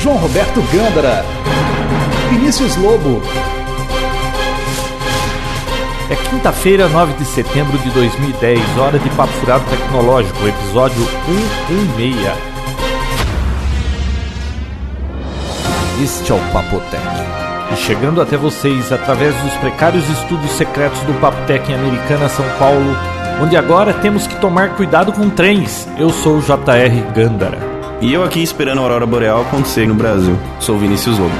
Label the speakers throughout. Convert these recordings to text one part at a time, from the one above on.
Speaker 1: João Roberto Gândara, Vinícius Lobo.
Speaker 2: É quinta-feira, 9 de setembro de 2010, hora de Papo Furado Tecnológico, episódio 116.
Speaker 3: Este é o Papotec.
Speaker 2: E chegando até vocês através dos precários estudos secretos do Papotec em Americana, São Paulo, onde agora temos que tomar cuidado com trens. Eu sou o JR Gândara.
Speaker 4: E eu aqui esperando a Aurora Boreal acontecer no Brasil. Sou Vinícius Lobo.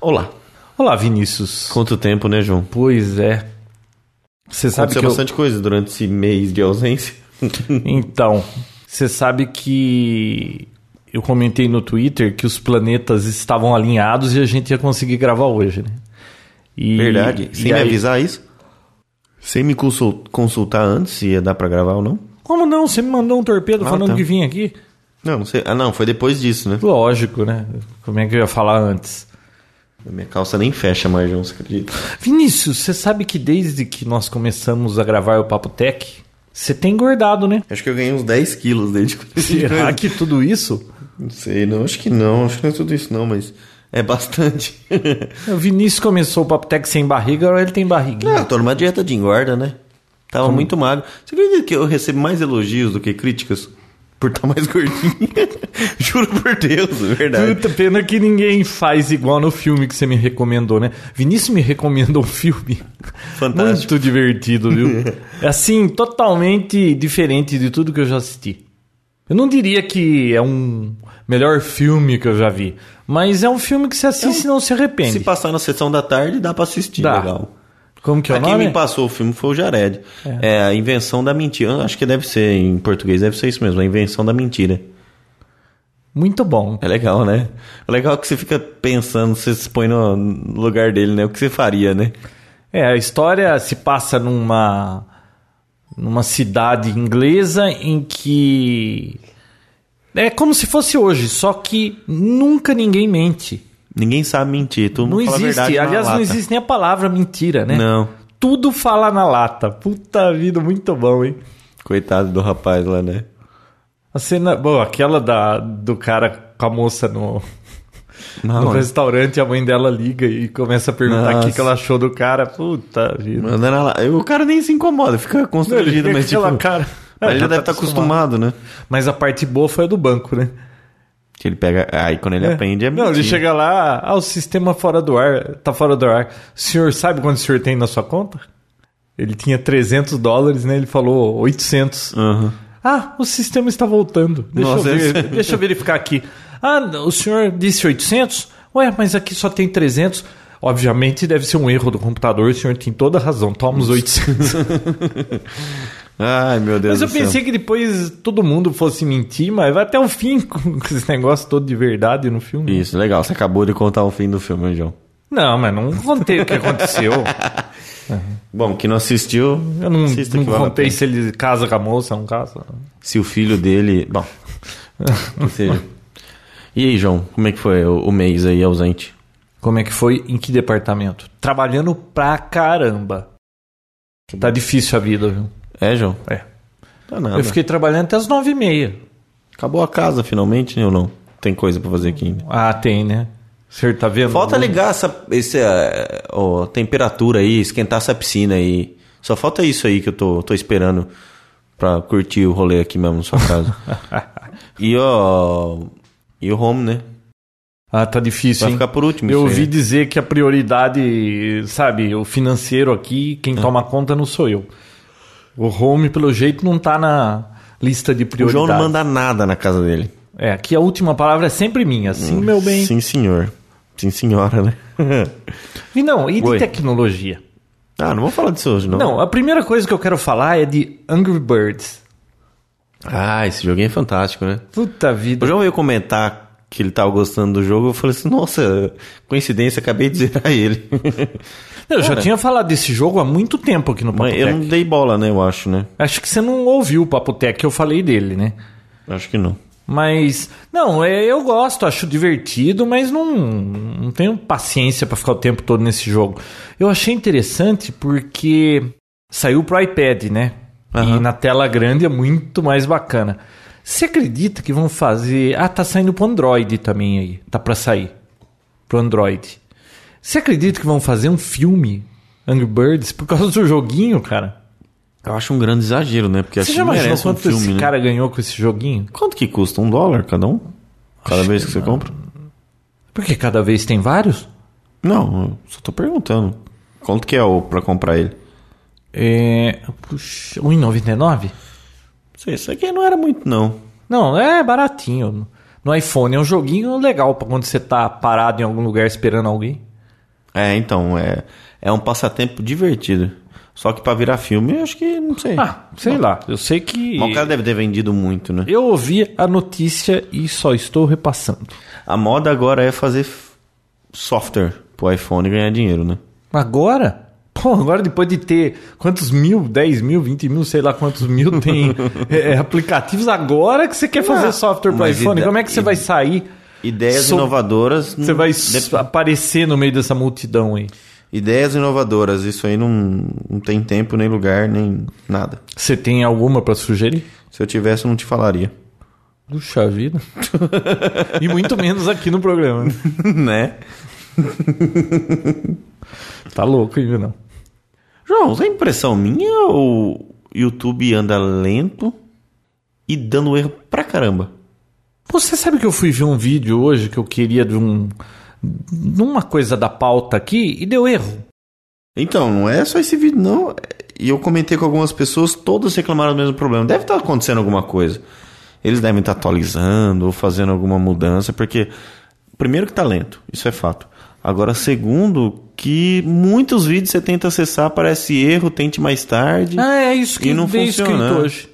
Speaker 4: Olá.
Speaker 2: Olá, Vinícius.
Speaker 4: Quanto tempo, né, João?
Speaker 2: Pois é. Você sabe
Speaker 4: Aconteceu
Speaker 2: que eu...
Speaker 4: bastante coisa durante esse mês de ausência.
Speaker 2: Então, você sabe que eu comentei no Twitter que os planetas estavam alinhados e a gente ia conseguir gravar hoje, né? E-
Speaker 4: Verdade.
Speaker 2: e
Speaker 4: Sem me
Speaker 2: aí-
Speaker 4: avisar isso? Sem me consul- consultar antes se ia dar pra gravar ou não?
Speaker 2: Como não? Você me mandou um torpedo
Speaker 4: Ah,
Speaker 2: falando
Speaker 4: tá.
Speaker 2: que vinha aqui?
Speaker 4: Não, não sei. Ah, não. Foi depois disso, né?
Speaker 2: Lógico, né? Como é que eu ia falar antes?
Speaker 4: Minha calça nem fecha mais, João, você acredita?
Speaker 2: Vinícius, você sabe que desde que nós começamos a gravar o Papo Tech, você tem engordado, né?
Speaker 4: Acho que eu ganhei uns 10 quilos desde que eu
Speaker 2: Será que tudo isso?
Speaker 4: Não sei, não. Acho que não. Acho que não é tudo isso, não, mas é bastante.
Speaker 2: O Vinícius começou o Papo Tech sem barriga, agora ele tem barriguinha.
Speaker 4: ah, tô numa dieta de engorda, né? Tava muito magro. Você acredita que eu recebo mais elogios do que críticas por estar mais gordinho? Juro por Deus, é verdade.
Speaker 2: Puta, pena que ninguém faz igual no filme que você me recomendou, né? Vinícius me recomendou um filme.
Speaker 4: Fantástico.
Speaker 2: Muito divertido, viu? É assim, totalmente diferente de tudo que eu já assisti. Eu não diria que é um melhor filme que eu já vi, mas é um filme que você assiste e não se arrepende.
Speaker 4: Se passar na sessão da tarde, dá pra assistir,
Speaker 2: Dá.
Speaker 4: legal.
Speaker 2: Como que é o
Speaker 4: Ah, quem
Speaker 2: nome?
Speaker 4: me passou o filme foi o Jared. É. a invenção da mentira. Acho que deve ser em português, deve ser isso mesmo, a invenção da mentira.
Speaker 2: Muito bom.
Speaker 4: É legal, né? É legal que você fica pensando, você se põe no no lugar dele, né? O que você faria, né?
Speaker 2: É, a história se passa numa numa cidade inglesa em que é como se fosse hoje, só que nunca ninguém mente.
Speaker 4: Ninguém sabe mentir, todo
Speaker 2: Não
Speaker 4: mundo fala a verdade
Speaker 2: existe,
Speaker 4: na
Speaker 2: aliás, não
Speaker 4: lata.
Speaker 2: existe nem a palavra mentira, né?
Speaker 4: Não.
Speaker 2: Tudo fala na lata. Puta vida, muito bom, hein?
Speaker 4: Coitado do rapaz lá, né?
Speaker 2: A cena, bom, aquela da do cara com a moça no
Speaker 4: Não,
Speaker 2: no restaurante, a mãe dela liga e começa a perguntar o que,
Speaker 4: Nossa.
Speaker 2: que ela achou do cara. Puta vida.
Speaker 4: mano, era lá- O cara nem se incomoda, fica constrangido,
Speaker 2: fica
Speaker 4: mas
Speaker 2: com
Speaker 4: tipo...
Speaker 2: aquela cara.
Speaker 4: mas
Speaker 2: É, já
Speaker 4: ele já deve
Speaker 2: tá
Speaker 4: estar acostumado, né?
Speaker 2: Mas a parte boa foi a do banco, né?
Speaker 4: Que ele pega... Aí quando ele aprende é
Speaker 2: Não, ele
Speaker 4: mentira.
Speaker 2: chega lá, ah, o sistema fora do ar, tá fora do ar. O senhor sabe quanto o senhor tem na sua conta? Ele tinha 300 dólares, né? Ele falou 800.
Speaker 4: Aham.
Speaker 2: Ah, o sistema está voltando. Deixa,
Speaker 4: Nossa,
Speaker 2: eu, ver,
Speaker 4: esse-
Speaker 2: deixa eu verificar aqui. Ah, o senhor disse 800? Ué, mas aqui só tem 300. Obviamente deve ser um erro do computador, o senhor tem toda a razão. Toma os 800.
Speaker 4: Ai, meu Deus
Speaker 2: Mas eu
Speaker 4: do céu.
Speaker 2: pensei que depois todo mundo fosse mentir, mas vai até o fim com esse negócio todo de verdade no filme.
Speaker 4: Isso, legal. Você acabou de contar o fim do filme, hein, João?
Speaker 2: Não, mas não contei o que aconteceu.
Speaker 4: Bom, quem não assistiu,
Speaker 2: Eu não,
Speaker 4: assista
Speaker 2: não
Speaker 4: que vale a
Speaker 2: contei
Speaker 4: pena.
Speaker 2: se ele casa com a moça, é um não casa.
Speaker 4: Se o filho dele... Bom, ou seja... E aí, João, como é que foi o, o mês aí ausente?
Speaker 2: Como é que foi? Em que departamento? Trabalhando pra caramba. Tá difícil a vida, viu?
Speaker 4: É, João?
Speaker 2: É.
Speaker 4: Tá nada.
Speaker 2: Eu fiquei trabalhando até as nove e meia.
Speaker 4: Acabou a casa, finalmente, né, ou não? Tem coisa pra fazer aqui ainda.
Speaker 2: Ah, tem, né? O senhor tá vendo?
Speaker 4: Falta ligar essa esse, eh, ó, temperatura aí, esquentar essa piscina aí. Só falta isso aí que eu tô, tô esperando pra curtir o rolê aqui mesmo na sua casa. e ó. E o home, né?
Speaker 2: Ah, tá difícil,
Speaker 4: Vai
Speaker 2: hein?
Speaker 4: ficar por último.
Speaker 2: Eu
Speaker 4: isso aí,
Speaker 2: ouvi
Speaker 4: né?
Speaker 2: dizer que a prioridade, sabe, o financeiro aqui,
Speaker 4: É.
Speaker 2: quem toma conta não sou eu. O home, pelo jeito, não tá na lista de
Speaker 4: O
Speaker 2: prioridade.
Speaker 4: João não manda nada na casa dele.
Speaker 2: É, aqui a última palavra é sempre minha. Sim, meu bem.
Speaker 4: Hum, Sim, senhor. Sim, senhora, né?
Speaker 2: E não, e de
Speaker 4: Oi.
Speaker 2: tecnologia?
Speaker 4: ah, não vou falar disso hoje, não.
Speaker 2: Não, a primeira coisa que eu quero falar é de Angry Birds.
Speaker 4: Ah, esse joguinho é fantástico, né?
Speaker 2: Puta
Speaker 4: O
Speaker 2: vida.
Speaker 4: João veio comentar que ele tava gostando do jogo. Eu falei assim, nossa, coincidência, acabei de zerar ele.
Speaker 2: Eu já tinha falado desse jogo há muito tempo aqui no Papo
Speaker 4: Mas eu não
Speaker 2: Tech.
Speaker 4: dei bola, né? Eu acho, né?
Speaker 2: Acho que você não ouviu o Papo Tech que eu falei dele, né?
Speaker 4: Acho que não.
Speaker 2: Mas, não, é, eu gosto, acho divertido, mas não, não tenho paciência pra ficar o tempo todo nesse jogo. Eu achei interessante porque saiu pro iPad, né? E
Speaker 4: Aham.
Speaker 2: na tela grande é muito mais bacana. Você acredita que vão fazer. Ah, tá saindo pro Android também aí. Tá pra sair. Pro Android. Você acredita que vão fazer um filme Angry Birds por causa do joguinho, cara?
Speaker 4: Eu acho um grande exagero, né? Porque
Speaker 2: Você já imaginou quanto
Speaker 4: um filme,
Speaker 2: esse
Speaker 4: né?
Speaker 2: cara ganhou com esse joguinho?
Speaker 4: Quanto que custa? Um dólar cada um? Cada vez que você compra?
Speaker 2: Porque cada vez tem vários?
Speaker 4: Não, eu só tô perguntando. Quanto que é o pra comprar ele?
Speaker 2: É. Puxa, 1,99?
Speaker 4: Sei, isso aqui não era muito, não.
Speaker 2: Não, é baratinho. No iPhone é um joguinho legal pra quando você tá parado em algum lugar esperando alguém.
Speaker 4: É, então, é, é um passatempo divertido. Só que pra virar filme, eu acho que não sei.
Speaker 2: Ah, sei lá. Eu sei que.
Speaker 4: Mas o cara deve ter vendido muito, né?
Speaker 2: Eu ouvi a notícia e só estou repassando.
Speaker 4: A moda agora é fazer f- software pro iPhone e ganhar dinheiro, né?
Speaker 2: Agora? Pô, agora depois de ter quantos mil, 10 mil, 20 mil, sei lá quantos mil tem é, aplicativos, agora que você quer fazer
Speaker 4: Ah,
Speaker 2: software para
Speaker 4: mas
Speaker 2: iPhone,
Speaker 4: ide-
Speaker 2: como é que você
Speaker 4: ide-
Speaker 2: vai sair?
Speaker 4: Ideias
Speaker 2: Sou-
Speaker 4: inovadoras.
Speaker 2: Você
Speaker 4: hum,
Speaker 2: vai
Speaker 4: dep-
Speaker 2: aparecer no meio dessa multidão aí.
Speaker 4: Ideias inovadoras, isso aí não, não tem tempo, nem lugar, nem nada.
Speaker 2: Você tem alguma para sugerir?
Speaker 4: Se eu tivesse, eu não te falaria.
Speaker 2: Puxa vida. e muito menos aqui no programa. né?
Speaker 4: né?
Speaker 2: Tá louco, hein, não?
Speaker 4: João, é impressão minha ou o YouTube anda lento e dando erro pra caramba?
Speaker 2: Você sabe que eu fui ver um vídeo hoje que eu queria de um. de uma coisa da pauta aqui e deu erro.
Speaker 4: Então, não é só esse vídeo, não. E eu comentei com algumas pessoas, todas reclamaram do mesmo problema. Deve estar acontecendo alguma coisa. Eles devem estar atualizando ou fazendo alguma mudança, porque, primeiro, que tá lento, isso é fato. Agora, segundo, que muitos vídeos você tenta acessar, aparece erro, tente mais tarde.
Speaker 2: Ah, é isso que
Speaker 4: E não
Speaker 2: veio
Speaker 4: funciona,
Speaker 2: escrito
Speaker 4: né?
Speaker 2: hoje.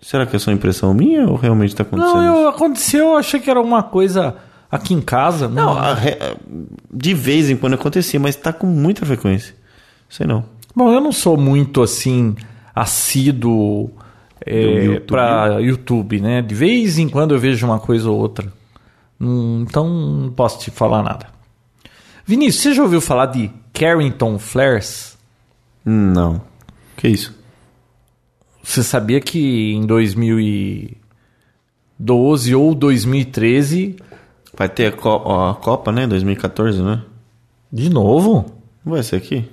Speaker 4: Será que é só impressão minha ou realmente está acontecendo?
Speaker 2: Não,
Speaker 4: isso?
Speaker 2: eu, aconteceu, eu achei que era uma coisa aqui em casa.
Speaker 4: Não, a re- de vez em quando acontecia, mas tá com muita frequência. Sei não.
Speaker 2: Bom, eu não sou muito assim, assíduo
Speaker 4: Do
Speaker 2: é,
Speaker 4: YouTube?
Speaker 2: para YouTube, né? De vez em quando eu vejo uma coisa ou outra. Hum, Então não posso te falar nada. Vinícius, você já ouviu falar de Carrington Flares?
Speaker 4: Não. Que isso?
Speaker 2: Você sabia que em 2012 ou 2013.
Speaker 4: Vai ter a, co ó, a Copa, né? 2014, né?
Speaker 2: De novo?
Speaker 4: Não vai ser aqui?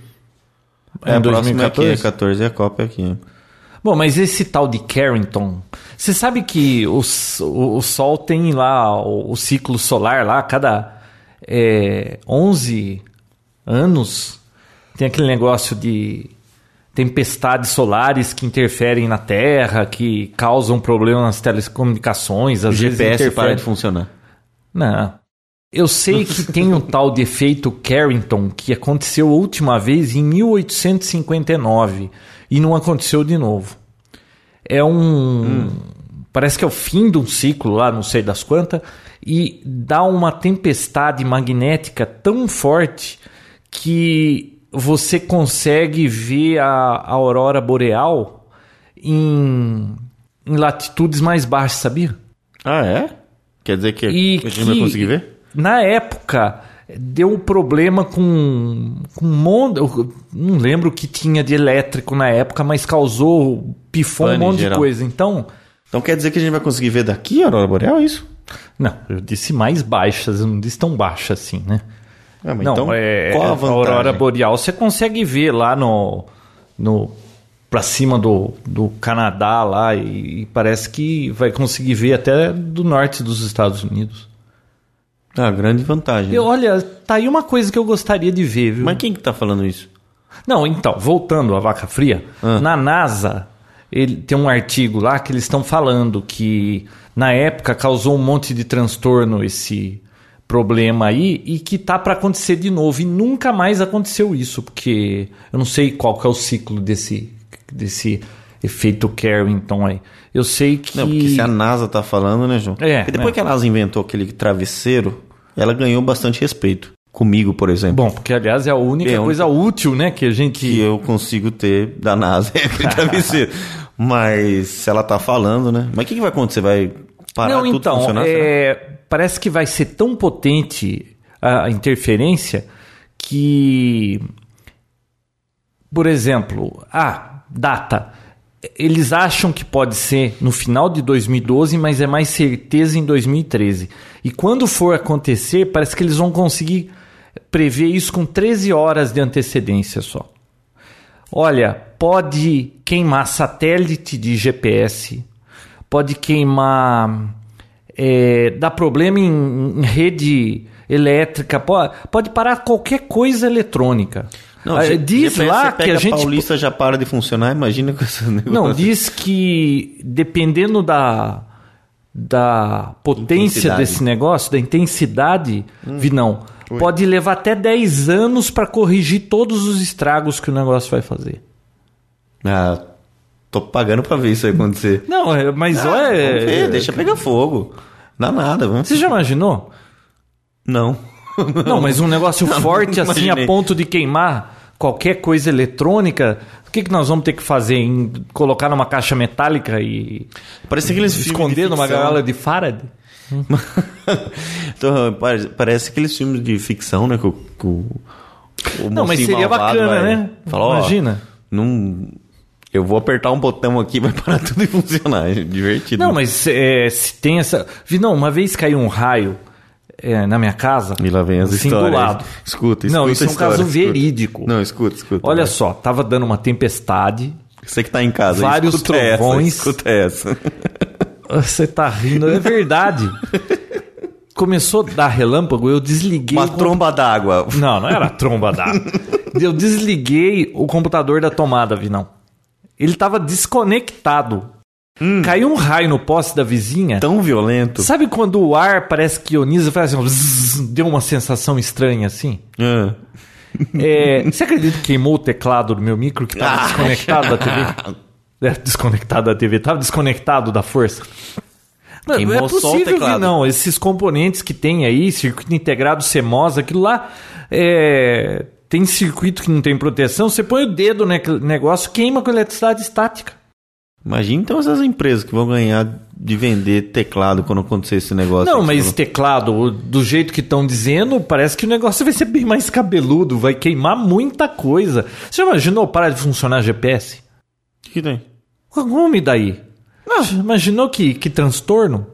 Speaker 2: É
Speaker 4: é,
Speaker 2: em
Speaker 4: a próxima é aqui, é
Speaker 2: 2014?
Speaker 4: 14 e a Copa é aqui. né?
Speaker 2: Bom, mas esse tal de Carrington, você sabe que o, s- o, o Sol tem lá o, o ciclo solar lá, a cada é, 11 anos tem aquele negócio de tempestades solares que interferem na Terra, que causam problemas nas telecomunicações,
Speaker 4: O
Speaker 2: às vezes
Speaker 4: GPS para
Speaker 2: interfere...
Speaker 4: de funcionar.
Speaker 2: Não. Eu sei que tem um tal de efeito Carrington que aconteceu a última vez em 1859 e não aconteceu de novo. É um. Parece que é o fim de um ciclo lá, não sei das quantas, e dá uma tempestade magnética tão forte que você consegue ver a, a aurora boreal em, em latitudes mais baixas, sabia?
Speaker 4: Ah, é? Quer dizer que
Speaker 2: E
Speaker 4: a gente não vai
Speaker 2: que-
Speaker 4: conseguir ver?
Speaker 2: Na época, deu um problema com, com um monte. eu Não lembro o que tinha de elétrico na época, mas causou pifou
Speaker 4: Pane
Speaker 2: um monte
Speaker 4: geral.
Speaker 2: de coisa. Então,
Speaker 4: Então quer dizer que a gente vai conseguir ver daqui a Aurora Boreal, é isso?
Speaker 2: não, eu disse mais baixas, eu não disse tão baixa assim, né?
Speaker 4: Ah, mas
Speaker 2: não,
Speaker 4: então,
Speaker 2: é,
Speaker 4: qual a vantagem?
Speaker 2: aurora boreal você consegue ver lá no. no pra cima do, do Canadá lá e, e parece que vai conseguir ver até do norte dos Estados Unidos.
Speaker 4: Ah, grande vantagem.
Speaker 2: E olha, tá aí uma coisa que eu gostaria de ver, viu?
Speaker 4: Mas quem que tá falando isso?
Speaker 2: Não, então, voltando à vaca fria,
Speaker 4: Ah.
Speaker 2: na NASA ele tem um artigo lá que eles estão falando que na época causou um monte de transtorno esse problema aí e que tá para acontecer de novo e nunca mais aconteceu isso, porque eu não sei qual que é o ciclo desse desse efeito Carrington aí. Eu sei que
Speaker 4: Não, porque se a NASA tá falando, né, João?
Speaker 2: É,
Speaker 4: Porque depois
Speaker 2: é.
Speaker 4: que a NASA inventou aquele travesseiro, ela ganhou bastante respeito. Comigo, por exemplo.
Speaker 2: Bom, porque aliás é a única
Speaker 4: Bem, a
Speaker 2: coisa útil, né, que a gente
Speaker 4: que eu consigo ter da NASA é aquele travesseiro. Mas se ela tá falando, né? Mas o que, que vai acontecer? Vai parar
Speaker 2: Não,
Speaker 4: tudo
Speaker 2: então,
Speaker 4: funcionar? será?
Speaker 2: é, parece que vai ser tão potente a interferência que, por exemplo, a data eles acham que pode ser no final de 2012, mas é mais certeza em 2013. E quando for acontecer, parece que eles vão conseguir prever isso com 13 horas de antecedência só. Olha, pode queimar satélite de GPS, pode queimar. É, dar problema em, em rede elétrica, pode, pode parar qualquer coisa eletrônica. Ah,
Speaker 4: Não,
Speaker 2: é,
Speaker 4: diz GPS lá que a gente Paulista assim. já para de funcionar, imagina com esse negócio.
Speaker 2: Não, diz que dependendo da da potência desse negócio, da intensidade, hum, Vinão, foi. pode levar até 10 anos para corrigir todos os estragos que o negócio vai fazer.
Speaker 4: Ah, tô pagando para ver isso acontecer.
Speaker 2: Não, mas ah,
Speaker 4: olha, ver, deixa pegar fogo. Dá nada, vamos.
Speaker 2: Você já imaginou?
Speaker 4: Não.
Speaker 2: Não, mas um negócio não, forte não assim a ponto de queimar qualquer coisa eletrônica. O que, que nós vamos ter que fazer? Em colocar numa caixa metálica e.
Speaker 4: Parece que eles
Speaker 2: esconder numa gaiola de Faraday?
Speaker 4: então, parece aqueles filmes de ficção, né? Que o, que o,
Speaker 2: o não, mas seria bacana, vai, né?
Speaker 4: Falou, Imagina. Ó, num, eu vou apertar um botão aqui vai parar tudo e funcionar. É divertido.
Speaker 2: Não, mas é, se tem essa. Não, uma vez caiu um raio. É, na minha casa. um
Speaker 4: E lá vem as singulado. histórias. Escuta, escuta.
Speaker 2: Não, isso é um
Speaker 4: história,
Speaker 2: caso verídico.
Speaker 4: Escuta. Não, escuta, escuta.
Speaker 2: Olha vai. só, tava dando uma tempestade.
Speaker 4: Você que tá em casa,
Speaker 2: vários
Speaker 4: escuta
Speaker 2: trovões.
Speaker 4: Essa, escuta essa.
Speaker 2: Você tá rindo, é verdade. Começou a dar relâmpago, eu desliguei.
Speaker 4: Uma tromba d'água.
Speaker 2: Não, não era tromba d'água. eu desliguei o computador da tomada, Vinão. Ele tava desconectado. Hum. Caiu um raio no poste da vizinha.
Speaker 4: Tão violento.
Speaker 2: Sabe quando o ar parece que ioniza, faz assim, zzz, deu uma sensação estranha assim?
Speaker 4: É.
Speaker 2: É, você acredita que queimou o teclado do meu micro que estava ah. desconectado da TV? É, desconectado da TV, estava desconectado da força. Não, queimou é possível que não. Esses componentes que tem aí, circuito integrado, CMOS, aquilo lá, é, tem circuito que não tem proteção. Você põe o dedo no negócio, queima com eletricidade estática.
Speaker 4: Imagina então essas empresas que vão ganhar de vender teclado quando acontecer esse negócio.
Speaker 2: Não, mas falou. teclado, do jeito que estão dizendo, parece que o negócio vai ser bem mais cabeludo, vai queimar muita coisa. Você já imaginou parar de funcionar GPS?
Speaker 4: O que tem?
Speaker 2: Como daí?
Speaker 4: Ah.
Speaker 2: Não. Imaginou que, que transtorno?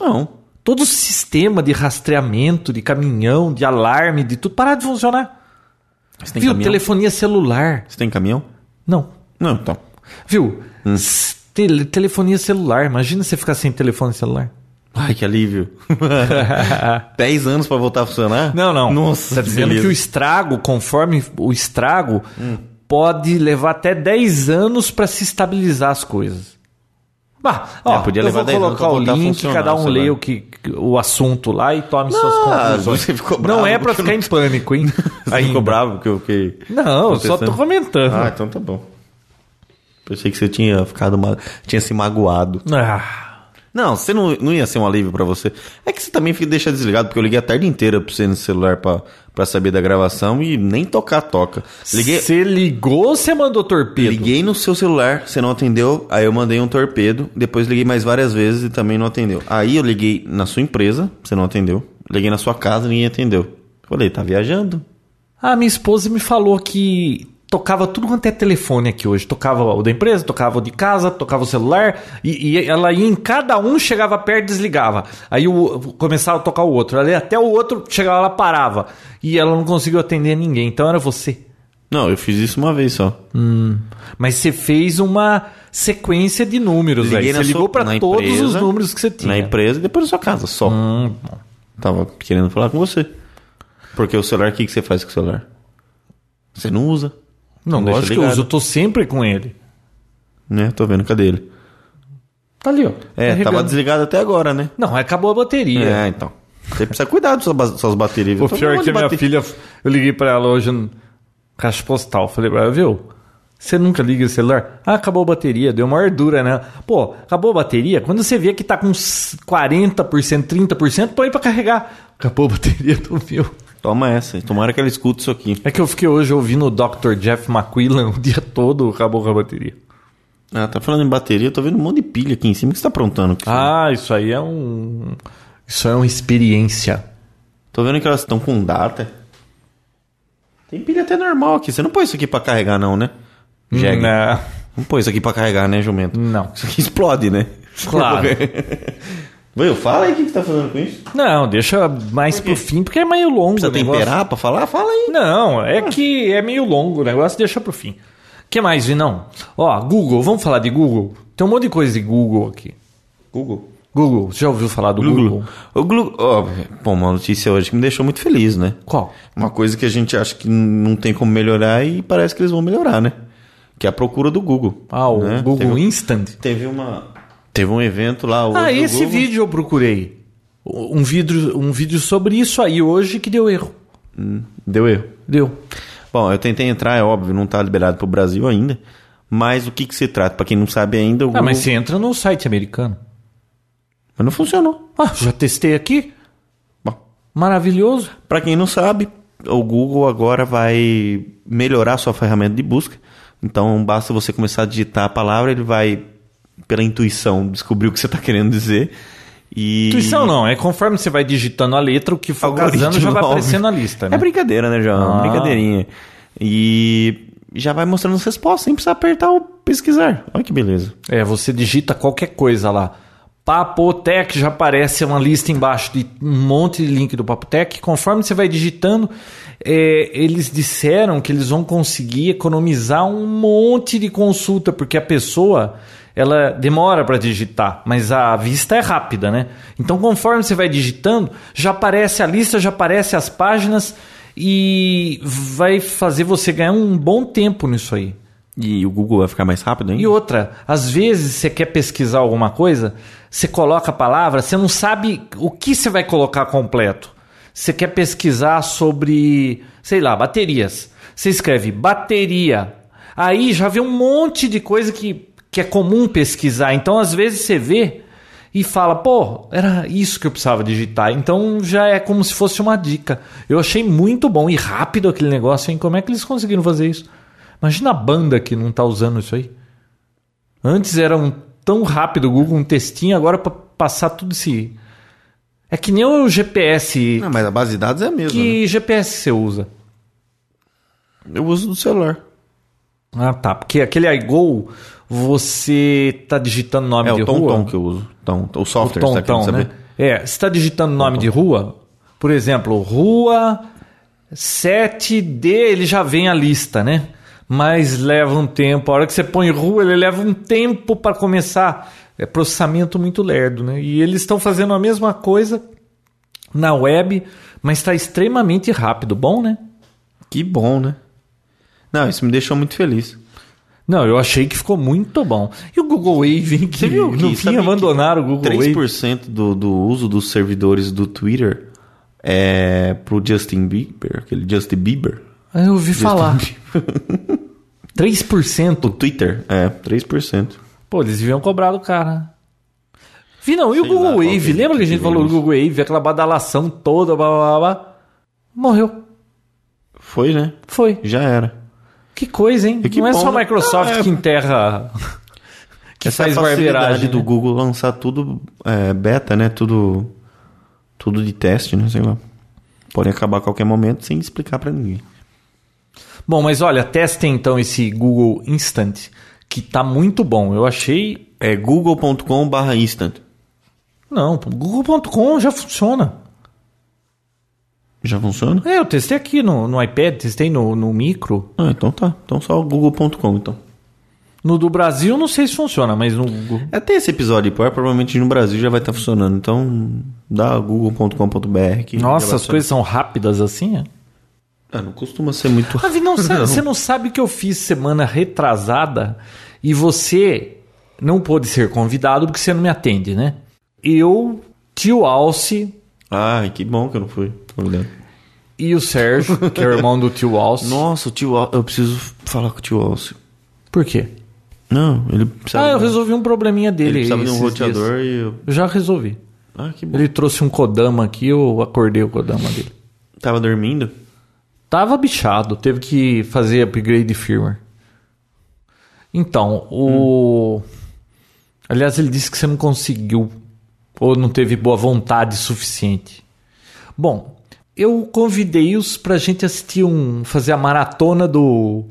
Speaker 4: Não.
Speaker 2: Todo o sistema de rastreamento, de caminhão, de alarme, de tudo, parar de funcionar.
Speaker 4: Você tem
Speaker 2: Viu?
Speaker 4: Caminhão?
Speaker 2: Telefonia celular.
Speaker 4: Você tem caminhão?
Speaker 2: Não.
Speaker 4: Não, então.
Speaker 2: Viu? Hum. Tele telefonia celular. Imagina você ficar sem telefone celular.
Speaker 4: Ai, que alívio. 10 anos para voltar a funcionar?
Speaker 2: Não, não.
Speaker 4: Nossa,
Speaker 2: tá dizendo beleza. que o estrago, conforme o estrago, hum. pode levar até 10 anos para se estabilizar as coisas. Bah, ó, é, podia eu levar vou colocar o link, cada um lê o, que, o assunto lá e tome não, suas conclusões.
Speaker 4: Ah, Você ficou
Speaker 2: bravo não é para ficar
Speaker 4: não...
Speaker 2: em pânico, hein?
Speaker 4: você ficou bravo porque eu fiquei...
Speaker 2: Não, eu só tô comentando.
Speaker 4: Ah, então tá bom. Pensei que você tinha ficado ma... tinha se magoado.
Speaker 2: Ah.
Speaker 4: Não, você não, não ia ser um alívio para você. É que você também fica, deixa desligado, porque eu liguei a tarde inteira pra você no celular pra, pra saber da gravação e nem tocar toca.
Speaker 2: Liguei... Você ligou ou você mandou torpedo?
Speaker 4: Liguei no seu celular, você não atendeu, aí eu mandei um torpedo, depois liguei mais várias vezes e também não atendeu. Aí eu liguei na sua empresa, você não atendeu. Liguei na sua casa, ninguém atendeu. Falei, tá viajando?
Speaker 2: Ah, minha esposa me falou que tocava tudo quanto é telefone aqui hoje. Tocava o da empresa, tocava o de casa, tocava o celular. E, e ela ia em cada um, chegava perto desligava. Aí o, começava a tocar o outro. Ela até o outro chegava, ela parava. E ela não conseguiu atender ninguém. Então era você.
Speaker 4: Não, eu fiz isso uma vez só.
Speaker 2: Hum, mas você fez uma sequência de números. Você sua, ligou para todos empresa, os números que você tinha.
Speaker 4: Na empresa e depois na sua casa, só.
Speaker 2: Hum.
Speaker 4: Tava querendo falar com você. Porque o celular, o que, que você faz com o celular? Você não usa.
Speaker 2: Não, não lógico que eu uso, eu tô sempre com ele.
Speaker 4: Né, tô vendo, cadê ele?
Speaker 2: Tá ali, ó.
Speaker 4: É, carregando. tava desligado até agora, né?
Speaker 2: Não, acabou a bateria.
Speaker 4: É, então. Você precisa cuidar das suas baterias.
Speaker 2: O pior é que a minha filha, eu liguei pra ela hoje no caixa postal. Falei pra ela, viu? Você nunca liga o celular? Ah, acabou a bateria, deu uma ardura, né? Pô, acabou a bateria? Quando você vê que tá com 40%, 30%, põe pra carregar. Acabou a bateria do meu.
Speaker 4: Toma essa. Tomara que ela escute isso aqui.
Speaker 2: É que eu fiquei hoje ouvindo o Dr. Jeff McQuillan o dia todo, acabou com a bateria.
Speaker 4: Ah, tá falando em bateria, eu tô vendo um monte de pilha aqui em cima. O que você tá aprontando?
Speaker 2: Ah, isso aí é um... Isso é uma experiência.
Speaker 4: Tô vendo que elas estão com data. Tem pilha até normal aqui. Você não põe isso aqui pra carregar não, né?
Speaker 2: Jegue. Não.
Speaker 4: Não põe isso aqui pra carregar, né, jumento?
Speaker 2: Hum, Não.
Speaker 4: Isso aqui explode, né?
Speaker 2: Claro.
Speaker 4: Will, fala aí o que que tá fazendo com isso.
Speaker 2: Não, deixa mais pro fim, porque é meio longo.
Speaker 4: Precisa
Speaker 2: o negócio.
Speaker 4: temperar pra falar? Fala aí.
Speaker 2: Não, é que é meio longo o negócio, deixa pro fim. O que mais, Vinão? Ó, Google, vamos falar de Google? Tem um monte de coisa de Google aqui.
Speaker 4: Google.
Speaker 2: Google, já ouviu falar do Google?
Speaker 4: Google. O Google. ó, pô, uma notícia hoje que me deixou muito feliz, né?
Speaker 2: Qual?
Speaker 4: Uma coisa que a gente acha que não tem como melhorar e parece que eles vão melhorar, né? Que é a procura do Google.
Speaker 2: Ah, o
Speaker 4: né?
Speaker 2: Google
Speaker 4: Teve,
Speaker 2: Instant.
Speaker 4: teve uma. Teve um evento lá hoje.
Speaker 2: Ah,
Speaker 4: do
Speaker 2: esse
Speaker 4: Google.
Speaker 2: vídeo eu procurei. Um vídeo, um vídeo sobre isso aí hoje que deu erro.
Speaker 4: Deu erro.
Speaker 2: Deu.
Speaker 4: Bom, eu tentei entrar, é óbvio, não tá liberado pro Brasil ainda. Mas o que que se trata? Pra quem não sabe ainda, o
Speaker 2: Ah,
Speaker 4: Google...
Speaker 2: mas você entra no site americano.
Speaker 4: Mas não funcionou.
Speaker 2: Ah, já testei aqui.
Speaker 4: Bom,
Speaker 2: Maravilhoso.
Speaker 4: Para quem não sabe, o Google agora vai melhorar a sua ferramenta de busca. Então basta você começar a digitar a palavra, ele vai pela intuição descobrir o que você está querendo dizer. E
Speaker 2: Intuição não, é conforme você vai digitando a letra, o que for
Speaker 4: Algoritmo,
Speaker 2: casando já vai
Speaker 4: óbvio.
Speaker 2: aparecer na lista, né?
Speaker 4: É brincadeira, né, João?
Speaker 2: Ah.
Speaker 4: Brincadeirinha. E já vai mostrando as respostas sem precisar apertar o pesquisar. Olha que beleza.
Speaker 2: É, você digita qualquer coisa lá. Papotec já aparece uma lista embaixo de um monte de link do Papotec. Conforme você vai digitando, é, eles disseram que eles vão conseguir economizar um monte de consulta, porque a pessoa ela demora para digitar, mas a vista é rápida, né? Então, conforme você vai digitando, já aparece a lista, já aparece as páginas e vai fazer você ganhar um bom tempo nisso aí.
Speaker 4: E o Google vai ficar mais rápido, hein?
Speaker 2: E outra, às vezes você quer pesquisar alguma coisa, você coloca a palavra, você não sabe o que você vai colocar completo. Você quer pesquisar sobre, sei lá, baterias. Você escreve bateria. Aí já vê um monte de coisa que, que é comum pesquisar. Então, às vezes, você vê e fala, pô, era isso que eu precisava digitar. Então já é como se fosse uma dica. Eu achei muito bom e rápido aquele negócio, hein? Como é que eles conseguiram fazer isso? Imagina a banda que não tá usando isso aí. Antes era um tão rápido o Google, um textinho, agora para passar tudo esse. É que nem o GPS.
Speaker 4: Não, mas a base de dados é a mesma.
Speaker 2: que GPS você usa?
Speaker 4: né? Eu uso do celular.
Speaker 2: Ah, tá. Porque aquele iGo, você tá digitando nome
Speaker 4: É
Speaker 2: de
Speaker 4: o Tom
Speaker 2: rua.
Speaker 4: Tom que eu uso. Tom, o software,
Speaker 2: Tom,
Speaker 4: você tá querendo
Speaker 2: Tom,
Speaker 4: saber?
Speaker 2: né? É, você está digitando nome de rua, por exemplo, rua 7D, ele já vem a lista, né? Mas leva um tempo. A hora que você põe rua, ele leva um tempo para começar. É processamento muito lerdo, né? E eles estão fazendo a mesma coisa na web, mas está extremamente rápido. Bom, né?
Speaker 4: Que bom, né? Não, isso me deixou muito feliz.
Speaker 2: Não, eu achei que ficou muito bom. E o Google Wave, hein, que
Speaker 4: Você viu que-
Speaker 2: no fim
Speaker 4: sabia que
Speaker 2: abandonaram o Google Wave.
Speaker 4: 3% do, do uso dos servidores do Twitter é pro Justin Bieber, aquele Justin Bieber.
Speaker 2: Ah, Eu ouvi falar. 3%.
Speaker 4: O Twitter, é, 3%.
Speaker 2: Pô, eles deviam cobrar do cara. Vi não, e o
Speaker 4: Sei lá,
Speaker 2: Google
Speaker 4: qual
Speaker 2: Wave?
Speaker 4: que-
Speaker 2: Lembra que a gente
Speaker 4: que
Speaker 2: falou do
Speaker 4: vírus.
Speaker 2: Google Wave, aquela badalação toda, blá blá blá, blá? Morreu.
Speaker 4: Foi, né?
Speaker 2: Foi.
Speaker 4: Já era.
Speaker 2: Que coisa, hein?
Speaker 4: E que
Speaker 2: não é
Speaker 4: bom,
Speaker 2: só a
Speaker 4: né?
Speaker 2: Microsoft
Speaker 4: Ah, é.
Speaker 2: que enterra. que
Speaker 4: Essa
Speaker 2: faz
Speaker 4: facilidade
Speaker 2: barbeiragem.
Speaker 4: do
Speaker 2: né?
Speaker 4: Google lançar tudo é, beta, né? Tudo, tudo de teste, né? Sei lá. Podem acabar a qualquer momento sem explicar pra ninguém.
Speaker 2: Bom, mas olha, testem então esse Google Instant, que tá muito bom. Eu achei.
Speaker 4: É google.com.br instant.
Speaker 2: Não, Google.com já funciona.
Speaker 4: Já funciona?
Speaker 2: É, eu testei aqui no, no iPad, testei no, no micro.
Speaker 4: Ah, então tá. Então só o google.com, então.
Speaker 2: No do Brasil, não sei se funciona, mas no Google.
Speaker 4: Até É, esse episódio de Power, provavelmente no Brasil já vai estar funcionando. Então, dá google.com.br que já
Speaker 2: Nossa,
Speaker 4: vai
Speaker 2: as coisas são rápidas assim, é?
Speaker 4: funcionar. Ah, não costuma ser muito
Speaker 2: Ravi, não sabe- você não sabe o que eu fiz semana retrasada e você não pôde ser convidado porque você não me atende, né? Eu, tio Alce
Speaker 4: Ai, que bom que eu não fui. convidado.
Speaker 2: e o Sérgio, que é o irmão do tio Alce.
Speaker 4: Nossa, o tio Al... eu preciso falar com o tio Alcio.
Speaker 2: Por quê?
Speaker 4: Não, ele precisa.
Speaker 2: Ah, eu resolvi um probleminha
Speaker 4: Ele
Speaker 2: dele.
Speaker 4: precisava de um
Speaker 2: esses
Speaker 4: roteador
Speaker 2: dias.
Speaker 4: e eu...
Speaker 2: Eu Já resolvi.
Speaker 4: Ah, que bom.
Speaker 2: Ele trouxe um Kodama aqui, eu acordei o Kodama dele.
Speaker 4: Tava dormindo?
Speaker 2: Tava bichado, teve que fazer upgrade de firmware. Então, o. Aliás, ele disse que você não conseguiu ou não teve boa vontade suficiente. Bom, eu convidei-os pra gente assistir um. fazer a maratona do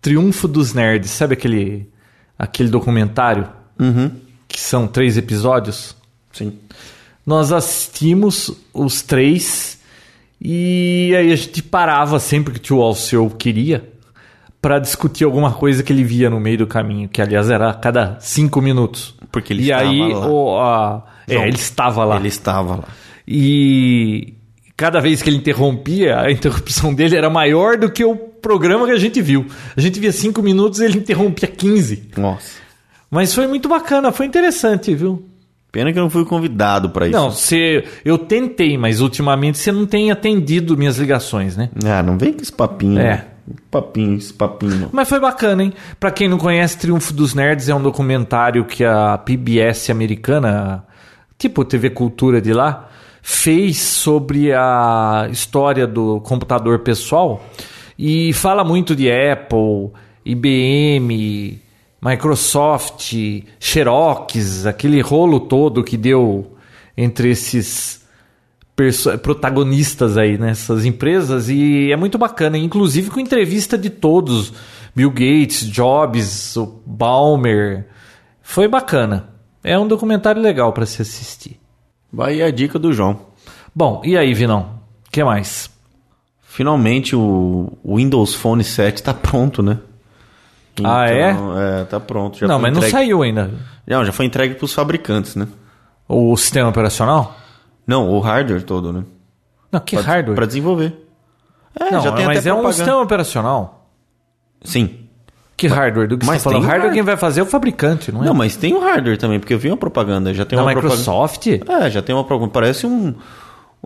Speaker 2: Triunfo dos Nerds, sabe aquele. aquele documentário, que são três episódios.
Speaker 4: Sim.
Speaker 2: Nós assistimos os três e aí a gente parava sempre que o tio Alceu queria para discutir alguma coisa que ele via no meio do caminho, que aliás era a cada cinco minutos.
Speaker 4: Porque ele
Speaker 2: e
Speaker 4: estava
Speaker 2: aí,
Speaker 4: lá.
Speaker 2: o- a-
Speaker 4: Não.
Speaker 2: é, ele estava lá.
Speaker 4: Ele estava lá.
Speaker 2: E cada vez que ele interrompia, a interrupção dele era maior do que o programa que a gente viu. A gente via cinco minutos e ele interrompia 15.
Speaker 4: Nossa.
Speaker 2: Mas foi muito bacana, foi interessante, viu?
Speaker 4: Pena que eu não fui convidado pra isso.
Speaker 2: Não, você, eu tentei, mas ultimamente você não tem atendido minhas ligações, né?
Speaker 4: Ah, não vem com esse papinho.
Speaker 2: É.
Speaker 4: Papinho, esse papinho.
Speaker 2: Mas foi bacana, hein? Pra quem não conhece, Triunfo dos Nerds é um documentário que a PBS americana, tipo TV Cultura de lá, fez sobre a história do computador pessoal e fala muito de Apple, IBM, Microsoft, Xerox, aquele rolo todo que deu entre esses perso- protagonistas aí nessas empresas e é muito bacana, inclusive com entrevista de todos, Bill Gates, Jobs, o Balmer. Foi bacana. É um documentário legal para se assistir.
Speaker 4: Vai a dica do João.
Speaker 2: Bom, e aí, Vinão? O que mais?
Speaker 4: Finalmente o o Windows Phone 7 tá pronto, né?
Speaker 2: Ah,
Speaker 4: é? tá pronto. Já
Speaker 2: não,
Speaker 4: foi
Speaker 2: mas não
Speaker 4: entregue-
Speaker 2: saiu ainda.
Speaker 4: Não, já foi entregue pros fabricantes, né?
Speaker 2: O sistema operacional?
Speaker 4: Não, o hardware todo, né?
Speaker 2: Não, que
Speaker 4: Pra-
Speaker 2: hardware.
Speaker 4: Pra desenvolver. É,
Speaker 2: não,
Speaker 4: já tem
Speaker 2: mas
Speaker 4: até
Speaker 2: é um
Speaker 4: propaganda.
Speaker 2: sistema operacional.
Speaker 4: Sim.
Speaker 2: Que hardware? Do que
Speaker 4: mas
Speaker 2: você falou?
Speaker 4: tem
Speaker 2: Hardware
Speaker 4: hardware.
Speaker 2: quem vai fazer é o fabricante, não é?
Speaker 4: Não, mas tem o hardware também, porque eu vi uma propaganda. Já tem
Speaker 2: da
Speaker 4: uma propaganda.
Speaker 2: Microsoft?
Speaker 4: É, já tem uma propaganda. Parece um.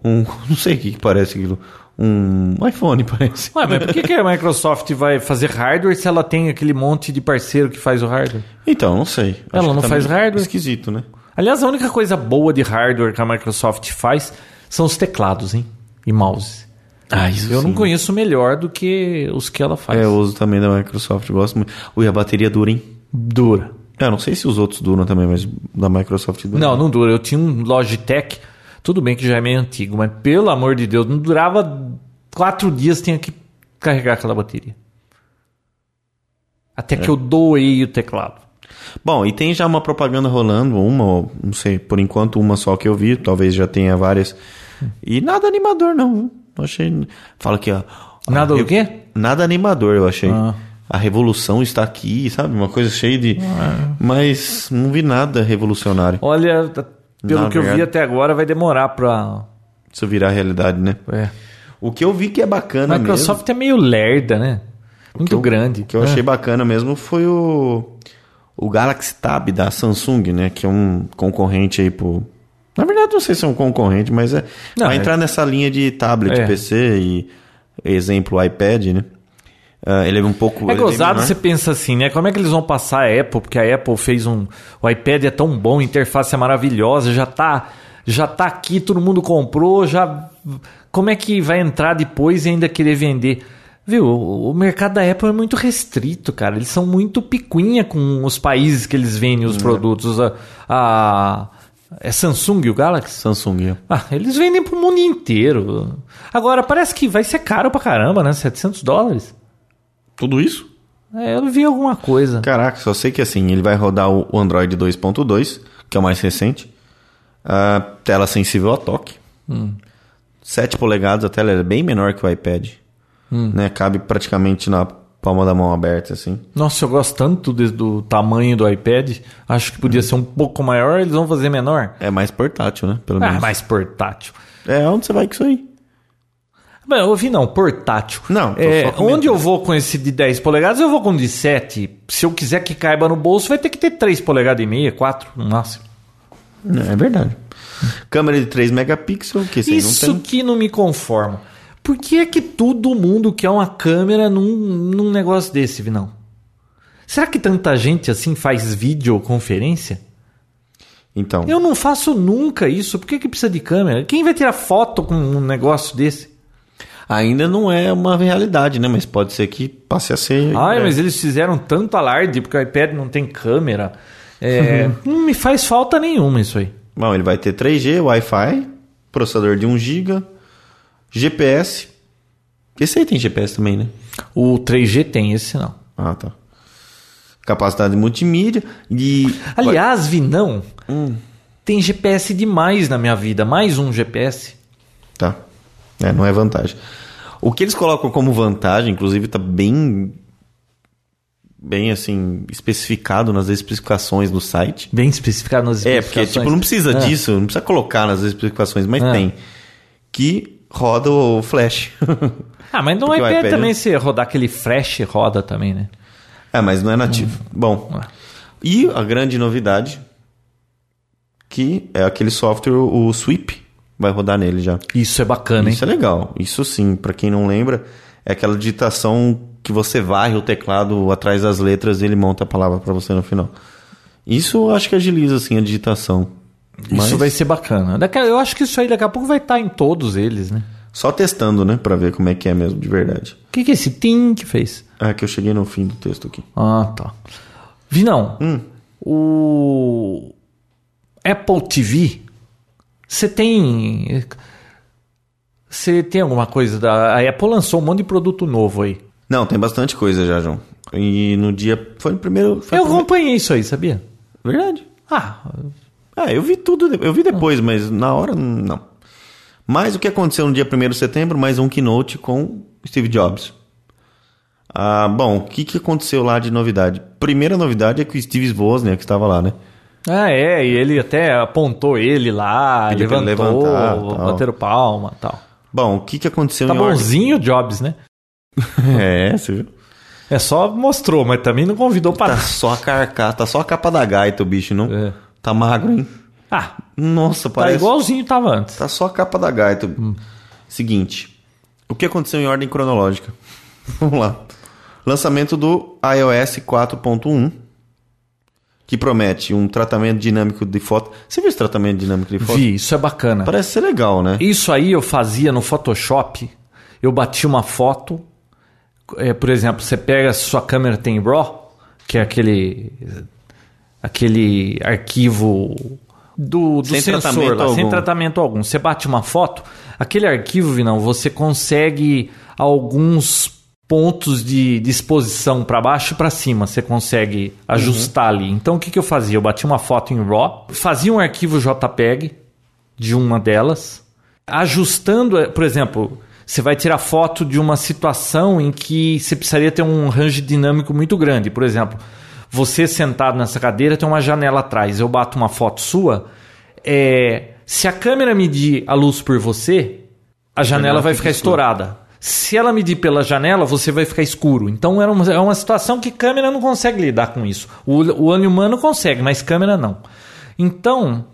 Speaker 4: um não sei o que, que parece aquilo. Um iPhone, parece.
Speaker 2: Ué, mas por que, que a Microsoft vai fazer hardware se ela tem aquele monte de parceiro que faz o hardware?
Speaker 4: Então, não sei.
Speaker 2: Ela
Speaker 4: Acho que
Speaker 2: não
Speaker 4: tá
Speaker 2: faz
Speaker 4: meio
Speaker 2: hardware?
Speaker 4: Esquisito, né?
Speaker 2: Aliás, a única coisa boa de hardware que a Microsoft faz são os teclados, hein? E mouse.
Speaker 4: Ah, isso
Speaker 2: Eu não
Speaker 4: sim.
Speaker 2: conheço melhor do que os que ela faz.
Speaker 4: É, eu uso também da Microsoft, eu gosto muito. Ui, a bateria dura, hein? É,
Speaker 2: Dura.
Speaker 4: Eu não sei se os outros duram também, mas da Microsoft dura.
Speaker 2: Não, não dura. Eu tinha um Logitech, tudo bem que já é meio antigo, mas pelo amor de Deus, não durava quatro dias, tinha que carregar aquela bateria.
Speaker 4: É.
Speaker 2: Até que eu doei o teclado.
Speaker 4: Bom, e tem já uma propaganda rolando, uma, ou não sei, por enquanto uma só que eu vi, talvez já tenha várias. E nada animador, não. viu? Eu Achei. Fala aqui, ó.
Speaker 2: Nada
Speaker 4: a
Speaker 2: o
Speaker 4: revo-
Speaker 2: quê?
Speaker 4: Nada animador, eu achei.
Speaker 2: Ah.
Speaker 4: A revolução está aqui, sabe? Uma coisa cheia de.
Speaker 2: Ah, é.
Speaker 4: Mas não vi nada revolucionário.
Speaker 2: Olha, t- pelo
Speaker 4: Na
Speaker 2: que eu vi
Speaker 4: verdade-
Speaker 2: até agora, vai demorar pra.
Speaker 4: Isso virar realidade, né?
Speaker 2: É.
Speaker 4: O que eu vi que é bacana mesmo.
Speaker 2: Microsoft é meio lerda, né? Muito
Speaker 4: que eu-
Speaker 2: grande.
Speaker 4: O que eu achei bacana mesmo foi o, o Galaxy Tab da Samsung, né? Que é um concorrente aí pro. Na verdade, não sei se é um concorrente, mas é.
Speaker 2: Não,
Speaker 4: vai
Speaker 2: é-
Speaker 4: entrar nessa linha de tablet,
Speaker 2: É.
Speaker 4: PC e exemplo iPad, né? Ah, ele é um pouco.
Speaker 2: É
Speaker 4: ele bem
Speaker 2: gozado
Speaker 4: menor.
Speaker 2: você pensa assim, né? Como é que eles vão passar a Apple? Porque a Apple fez um. O iPad é tão bom, a interface é maravilhosa, já tá, já tá aqui, todo mundo comprou, já. Como é que vai entrar depois e ainda querer vender? Viu, o o mercado da Apple é muito restrito, cara. Eles são muito picuinha com os países que eles vendem os produtos. A, a- é Samsung o Galaxy?
Speaker 4: Samsung. é.
Speaker 2: Ah, eles vendem pro mundo inteiro. Agora, parece que vai ser caro pra caramba, né? 700 dólares.
Speaker 4: Tudo isso?
Speaker 2: É, eu vi alguma coisa.
Speaker 4: Caraca, só sei que assim, ele vai rodar o o Android 2.2, que é o mais recente. Ah, tela sensível a toque.
Speaker 2: Hum.
Speaker 4: 7 polegadas, a tela é bem menor que o iPad.
Speaker 2: Hum.
Speaker 4: Né? Cabe praticamente na palma da mão aberta, assim.
Speaker 2: Nossa, eu gosto tanto de- do tamanho do iPad. Acho que podia ser um pouco maior, eles vão fazer menor.
Speaker 4: É mais portátil, né? Pelo
Speaker 2: Ah,
Speaker 4: menos.
Speaker 2: mais portátil.
Speaker 4: É onde você vai com isso aí.
Speaker 2: Bem, eu vi não, portátil.
Speaker 4: Não, tô
Speaker 2: é,
Speaker 4: só comentando.
Speaker 2: onde eu vou com esse de 10 polegadas, eu vou com o de 7. Se eu quiser que caiba no bolso, vai ter que ter 3 polegadas e meia, 4, no máximo.
Speaker 4: É, é verdade. Câmera de 3 megapixels, que assim,
Speaker 2: Isso
Speaker 4: não tem.
Speaker 2: que não me conforma. Por que é que todo mundo quer uma câmera num, num negócio desse, Vinão? Será que tanta gente assim faz videoconferência?
Speaker 4: Então,
Speaker 2: Eu não faço nunca isso. Por que, que precisa de câmera? Quem vai tirar foto com um negócio desse?
Speaker 4: ainda não é uma realidade, né? Mas pode ser que passe a ser.
Speaker 2: Ai,
Speaker 4: é.
Speaker 2: mas eles fizeram tanto alarde porque o iPad não tem câmera. É,
Speaker 4: Uhum.
Speaker 2: Não me faz falta nenhuma isso aí.
Speaker 4: Bom, ele vai ter 3G, Wi-Fi, processador de 1 GB, GPS. Esse aí tem GPS também, né?
Speaker 2: O 3G tem esse não.
Speaker 4: Ah, tá. capacidade multimídia e.
Speaker 2: Aliás, Vinão,
Speaker 4: Hum.
Speaker 2: tem GPS demais na minha vida, mais um GPS.
Speaker 4: Tá. É, não é vantagem. O que eles colocam como vantagem, inclusive, tá bem. Bem assim, especificado nas especificações do site.
Speaker 2: Bem especificado nas
Speaker 4: É, porque
Speaker 2: especificações.
Speaker 4: tipo, não precisa
Speaker 2: Ah.
Speaker 4: disso, não precisa colocar nas especificações, mas
Speaker 2: Ah.
Speaker 4: tem. Que roda o flash.
Speaker 2: Ah, mas no
Speaker 4: Porque o
Speaker 2: iPad,
Speaker 4: iPad é um-
Speaker 2: também,
Speaker 4: não-
Speaker 2: se rodar aquele flash, roda também, né?
Speaker 4: É, mas não é nativo.
Speaker 2: Hum.
Speaker 4: Bom.
Speaker 2: É.
Speaker 4: E a grande novidade, que é aquele software, o Sweep, vai rodar nele já.
Speaker 2: Isso é bacana, hein?
Speaker 4: Isso é legal. Isso sim, pra quem não lembra, é aquela digitação que você varre o teclado atrás das letras e ele monta a palavra pra você no final. Isso eu acho que agiliza assim a digitação. Mas
Speaker 2: Isso vai ser bacana. Daqui a- eu acho que isso aí daqui a pouco vai estar em todos eles, né?
Speaker 4: só testando, né, Pra ver como é que é mesmo de verdade.
Speaker 2: O que, que é esse Tim que fez?
Speaker 4: Ah, que eu cheguei no fim do texto aqui.
Speaker 2: Ah, tá. Vinão,
Speaker 4: Hum.
Speaker 2: o Apple TV, você tem. Você tem alguma coisa da. A Apple lançou um monte de produto novo aí.
Speaker 4: Não, tem bastante coisa já, João. E no dia foi no primeiro, foi
Speaker 2: eu
Speaker 4: no primeiro-
Speaker 2: acompanhei isso aí, sabia?
Speaker 4: Verdade.
Speaker 2: Ah,
Speaker 4: Ah, eu vi tudo, de- eu vi depois, mas na hora não. Mas o que aconteceu no dia 1 de setembro? Mais um keynote com Steve Jobs. Ah, bom, o que, que aconteceu lá de novidade? Primeira novidade é que o Steve Wozniak estava lá, né?
Speaker 2: ah, é, e ele até apontou ele lá,
Speaker 4: Pediu pra ele
Speaker 2: levantou,
Speaker 4: levantar, tal.
Speaker 2: bateram palma e tal.
Speaker 4: Bom, o que, que aconteceu
Speaker 2: Tá
Speaker 4: em ordem-
Speaker 2: bonzinho o Jobs, né?
Speaker 4: É, você viu?
Speaker 2: É só mostrou, mas também não convidou para.
Speaker 4: Tá só a carcaça, tá só a capa da gaita o bicho, não?
Speaker 2: É.
Speaker 4: Tá magro, hein?
Speaker 2: Ah,
Speaker 4: Nossa,
Speaker 2: tá
Speaker 4: parece...
Speaker 2: igualzinho tava antes.
Speaker 4: Tá só a capa da gaita.
Speaker 2: Hum.
Speaker 4: Seguinte. O que aconteceu em ordem cronológica? Vamos lá. Lançamento do iOS 4.1, que promete um tratamento dinâmico de foto. Você viu esse tratamento dinâmico de foto?
Speaker 2: Vi, isso é bacana.
Speaker 4: Parece ser legal, né?
Speaker 2: Isso aí eu fazia no Photoshop. Eu bati uma foto. é, por exemplo, você pega sua câmera tem RAW, que é aquele aquele arquivo do, do
Speaker 4: Sem
Speaker 2: sensor
Speaker 4: tratamento
Speaker 2: lá, sem
Speaker 4: algum.
Speaker 2: tratamento algum. Você bate uma foto, aquele arquivo, Vinão, você consegue alguns pontos de, de exposição para baixo e para cima, você consegue ajustar ali. Então o que, que eu fazia? Eu bati uma foto em RAW, fazia um arquivo JPEG de uma delas, ajustando, eh, por exemplo, você vai tirar foto de uma situação em que você precisaria ter um range dinâmico muito grande. Por exemplo, você sentado nessa cadeira tem uma janela atrás, eu bato uma foto sua, eh, se a câmera medir a luz por você, a janela
Speaker 4: janela
Speaker 2: vai
Speaker 4: fica
Speaker 2: ficar
Speaker 4: escura.
Speaker 2: estourada. Se ela medir pela janela, você vai ficar escuro. Então era uma, é uma situação que câmera não consegue lidar com isso. O, o olho humano consegue, mas câmera não. Então,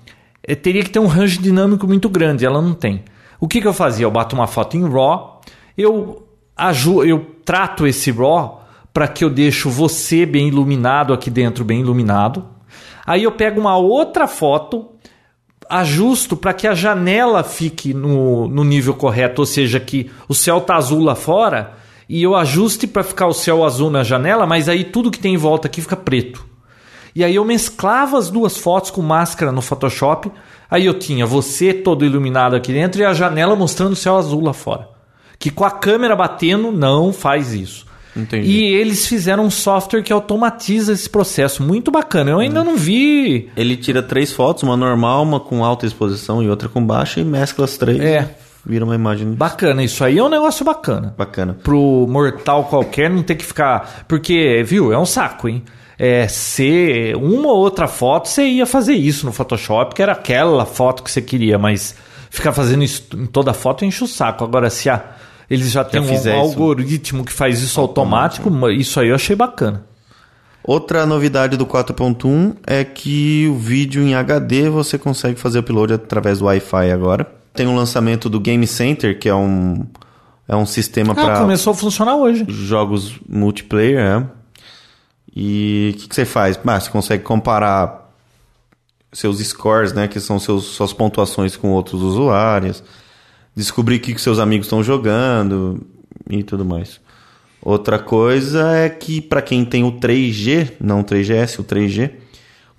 Speaker 2: eh, teria que ter um range dinâmico muito grande, ela não tem. O que, que eu fazia? Eu bato uma foto em RAW, eu, aju eu trato esse RAW para que eu deixo você bem iluminado aqui dentro, bem iluminado. Aí eu pego uma outra foto, ajusto para que a janela fique no, no nível correto, ou seja, que o céu tá azul lá fora e eu ajuste para ficar o céu azul na janela, mas aí tudo que tem em volta aqui fica preto. E aí eu mesclava as duas fotos com máscara no Photoshop, aí eu tinha você todo iluminado aqui dentro e a janela mostrando o céu azul lá fora. Que com a câmera batendo não faz isso.
Speaker 4: Entendi.
Speaker 2: E eles fizeram um software que automatiza esse processo, muito bacana. Eu ainda não vi
Speaker 4: Ele tira três fotos, uma normal, uma com alta exposição e outra com baixa, e mescla as três.
Speaker 2: É.
Speaker 4: Vira uma imagem
Speaker 2: Bacana, isso aí é um negócio bacana.
Speaker 4: bacana.
Speaker 2: Pro mortal qualquer não ter que ficar. Porque, viu, é um saco, hein? É, se uma ou outra foto, você ia fazer isso no Photoshop, que era aquela foto que você queria, mas ficar fazendo isso em toda foto enche o saco. Agora, se a, eles já, têm um
Speaker 4: fizer isso.
Speaker 2: algoritmo que faz isso automático, isso aí eu achei bacana.
Speaker 4: Outra novidade do 4.1 é que o vídeo em HD você consegue fazer upload através do Wi-Fi agora. Tem um lançamento do Game Center, que é um, é um sistema
Speaker 2: Ah,
Speaker 4: para
Speaker 2: começou a funcionar hoje.
Speaker 4: jogos multiplayer. é. E o que, que você faz? Ah, você consegue comparar seus scores, né, que são seus, suas pontuações com outros usuários, descobrir o que, que seus amigos estão jogando e tudo mais. Outra coisa é que para quem tem o 3G, não o 3GS, o 3G,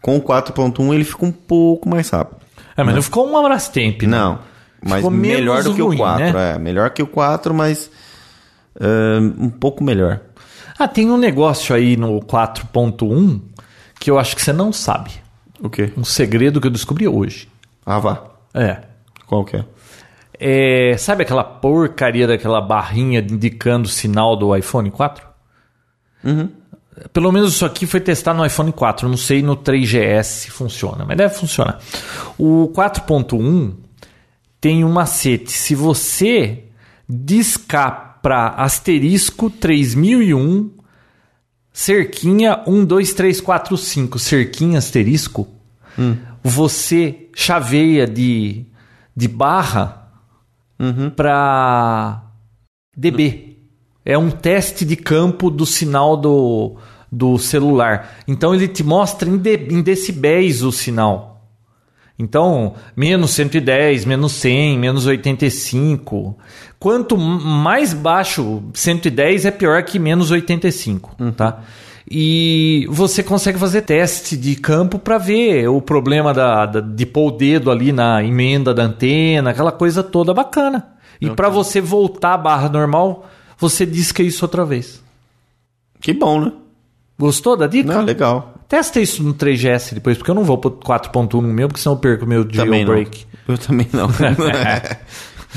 Speaker 4: com o 4.1 ele fica um pouco mais rápido.
Speaker 2: É, mas não, ficou um Abrastemp. né?
Speaker 4: Não, mas
Speaker 2: Ficou menos
Speaker 4: melhor do que
Speaker 2: ruim,
Speaker 4: o 4,
Speaker 2: né?
Speaker 4: é, melhor que o 4, mas eh, um pouco melhor.
Speaker 2: Ah, tem um negócio aí no 4.1 que eu acho que você não sabe.
Speaker 4: O quê?
Speaker 2: Um segredo que eu descobri hoje.
Speaker 4: Ah, vá.
Speaker 2: É.
Speaker 4: Qual que é?
Speaker 2: É, sabe aquela porcaria daquela barrinha indicando o sinal do iPhone 4?
Speaker 4: Uhum.
Speaker 2: Pelo menos isso aqui foi testar no iPhone 4. Não sei no 3GS se funciona, mas deve funcionar. O 4.1 tem um macete. Se você discar para asterisco 3001, cerquinha 1, 2, 3, 4, 5, cerquinha asterisco,
Speaker 4: Hum.
Speaker 2: você chaveia de, de barra
Speaker 4: Uhum.
Speaker 2: para DB. É um teste de campo do sinal do, do celular. Então ele te mostra em, de- em decibéis o sinal. Então, menos 110, menos 100, menos 85. Quanto m- mais baixo 110 é pior que menos 85,
Speaker 4: Uhum.
Speaker 2: tá? E você consegue fazer teste de campo para ver o problema da, da- de pôr o dedo ali na emenda da antena, aquela coisa toda bacana. E pra para você voltar à barra normal, você diz que é isso outra vez.
Speaker 4: Que bom, né?
Speaker 2: Gostou da dica?
Speaker 4: Não, legal.
Speaker 2: Testa isso no 3GS depois, porque eu não vou pro 4.1 no meu, porque senão eu perco meu
Speaker 4: Também não.
Speaker 2: jailbreak.
Speaker 4: Eu também não.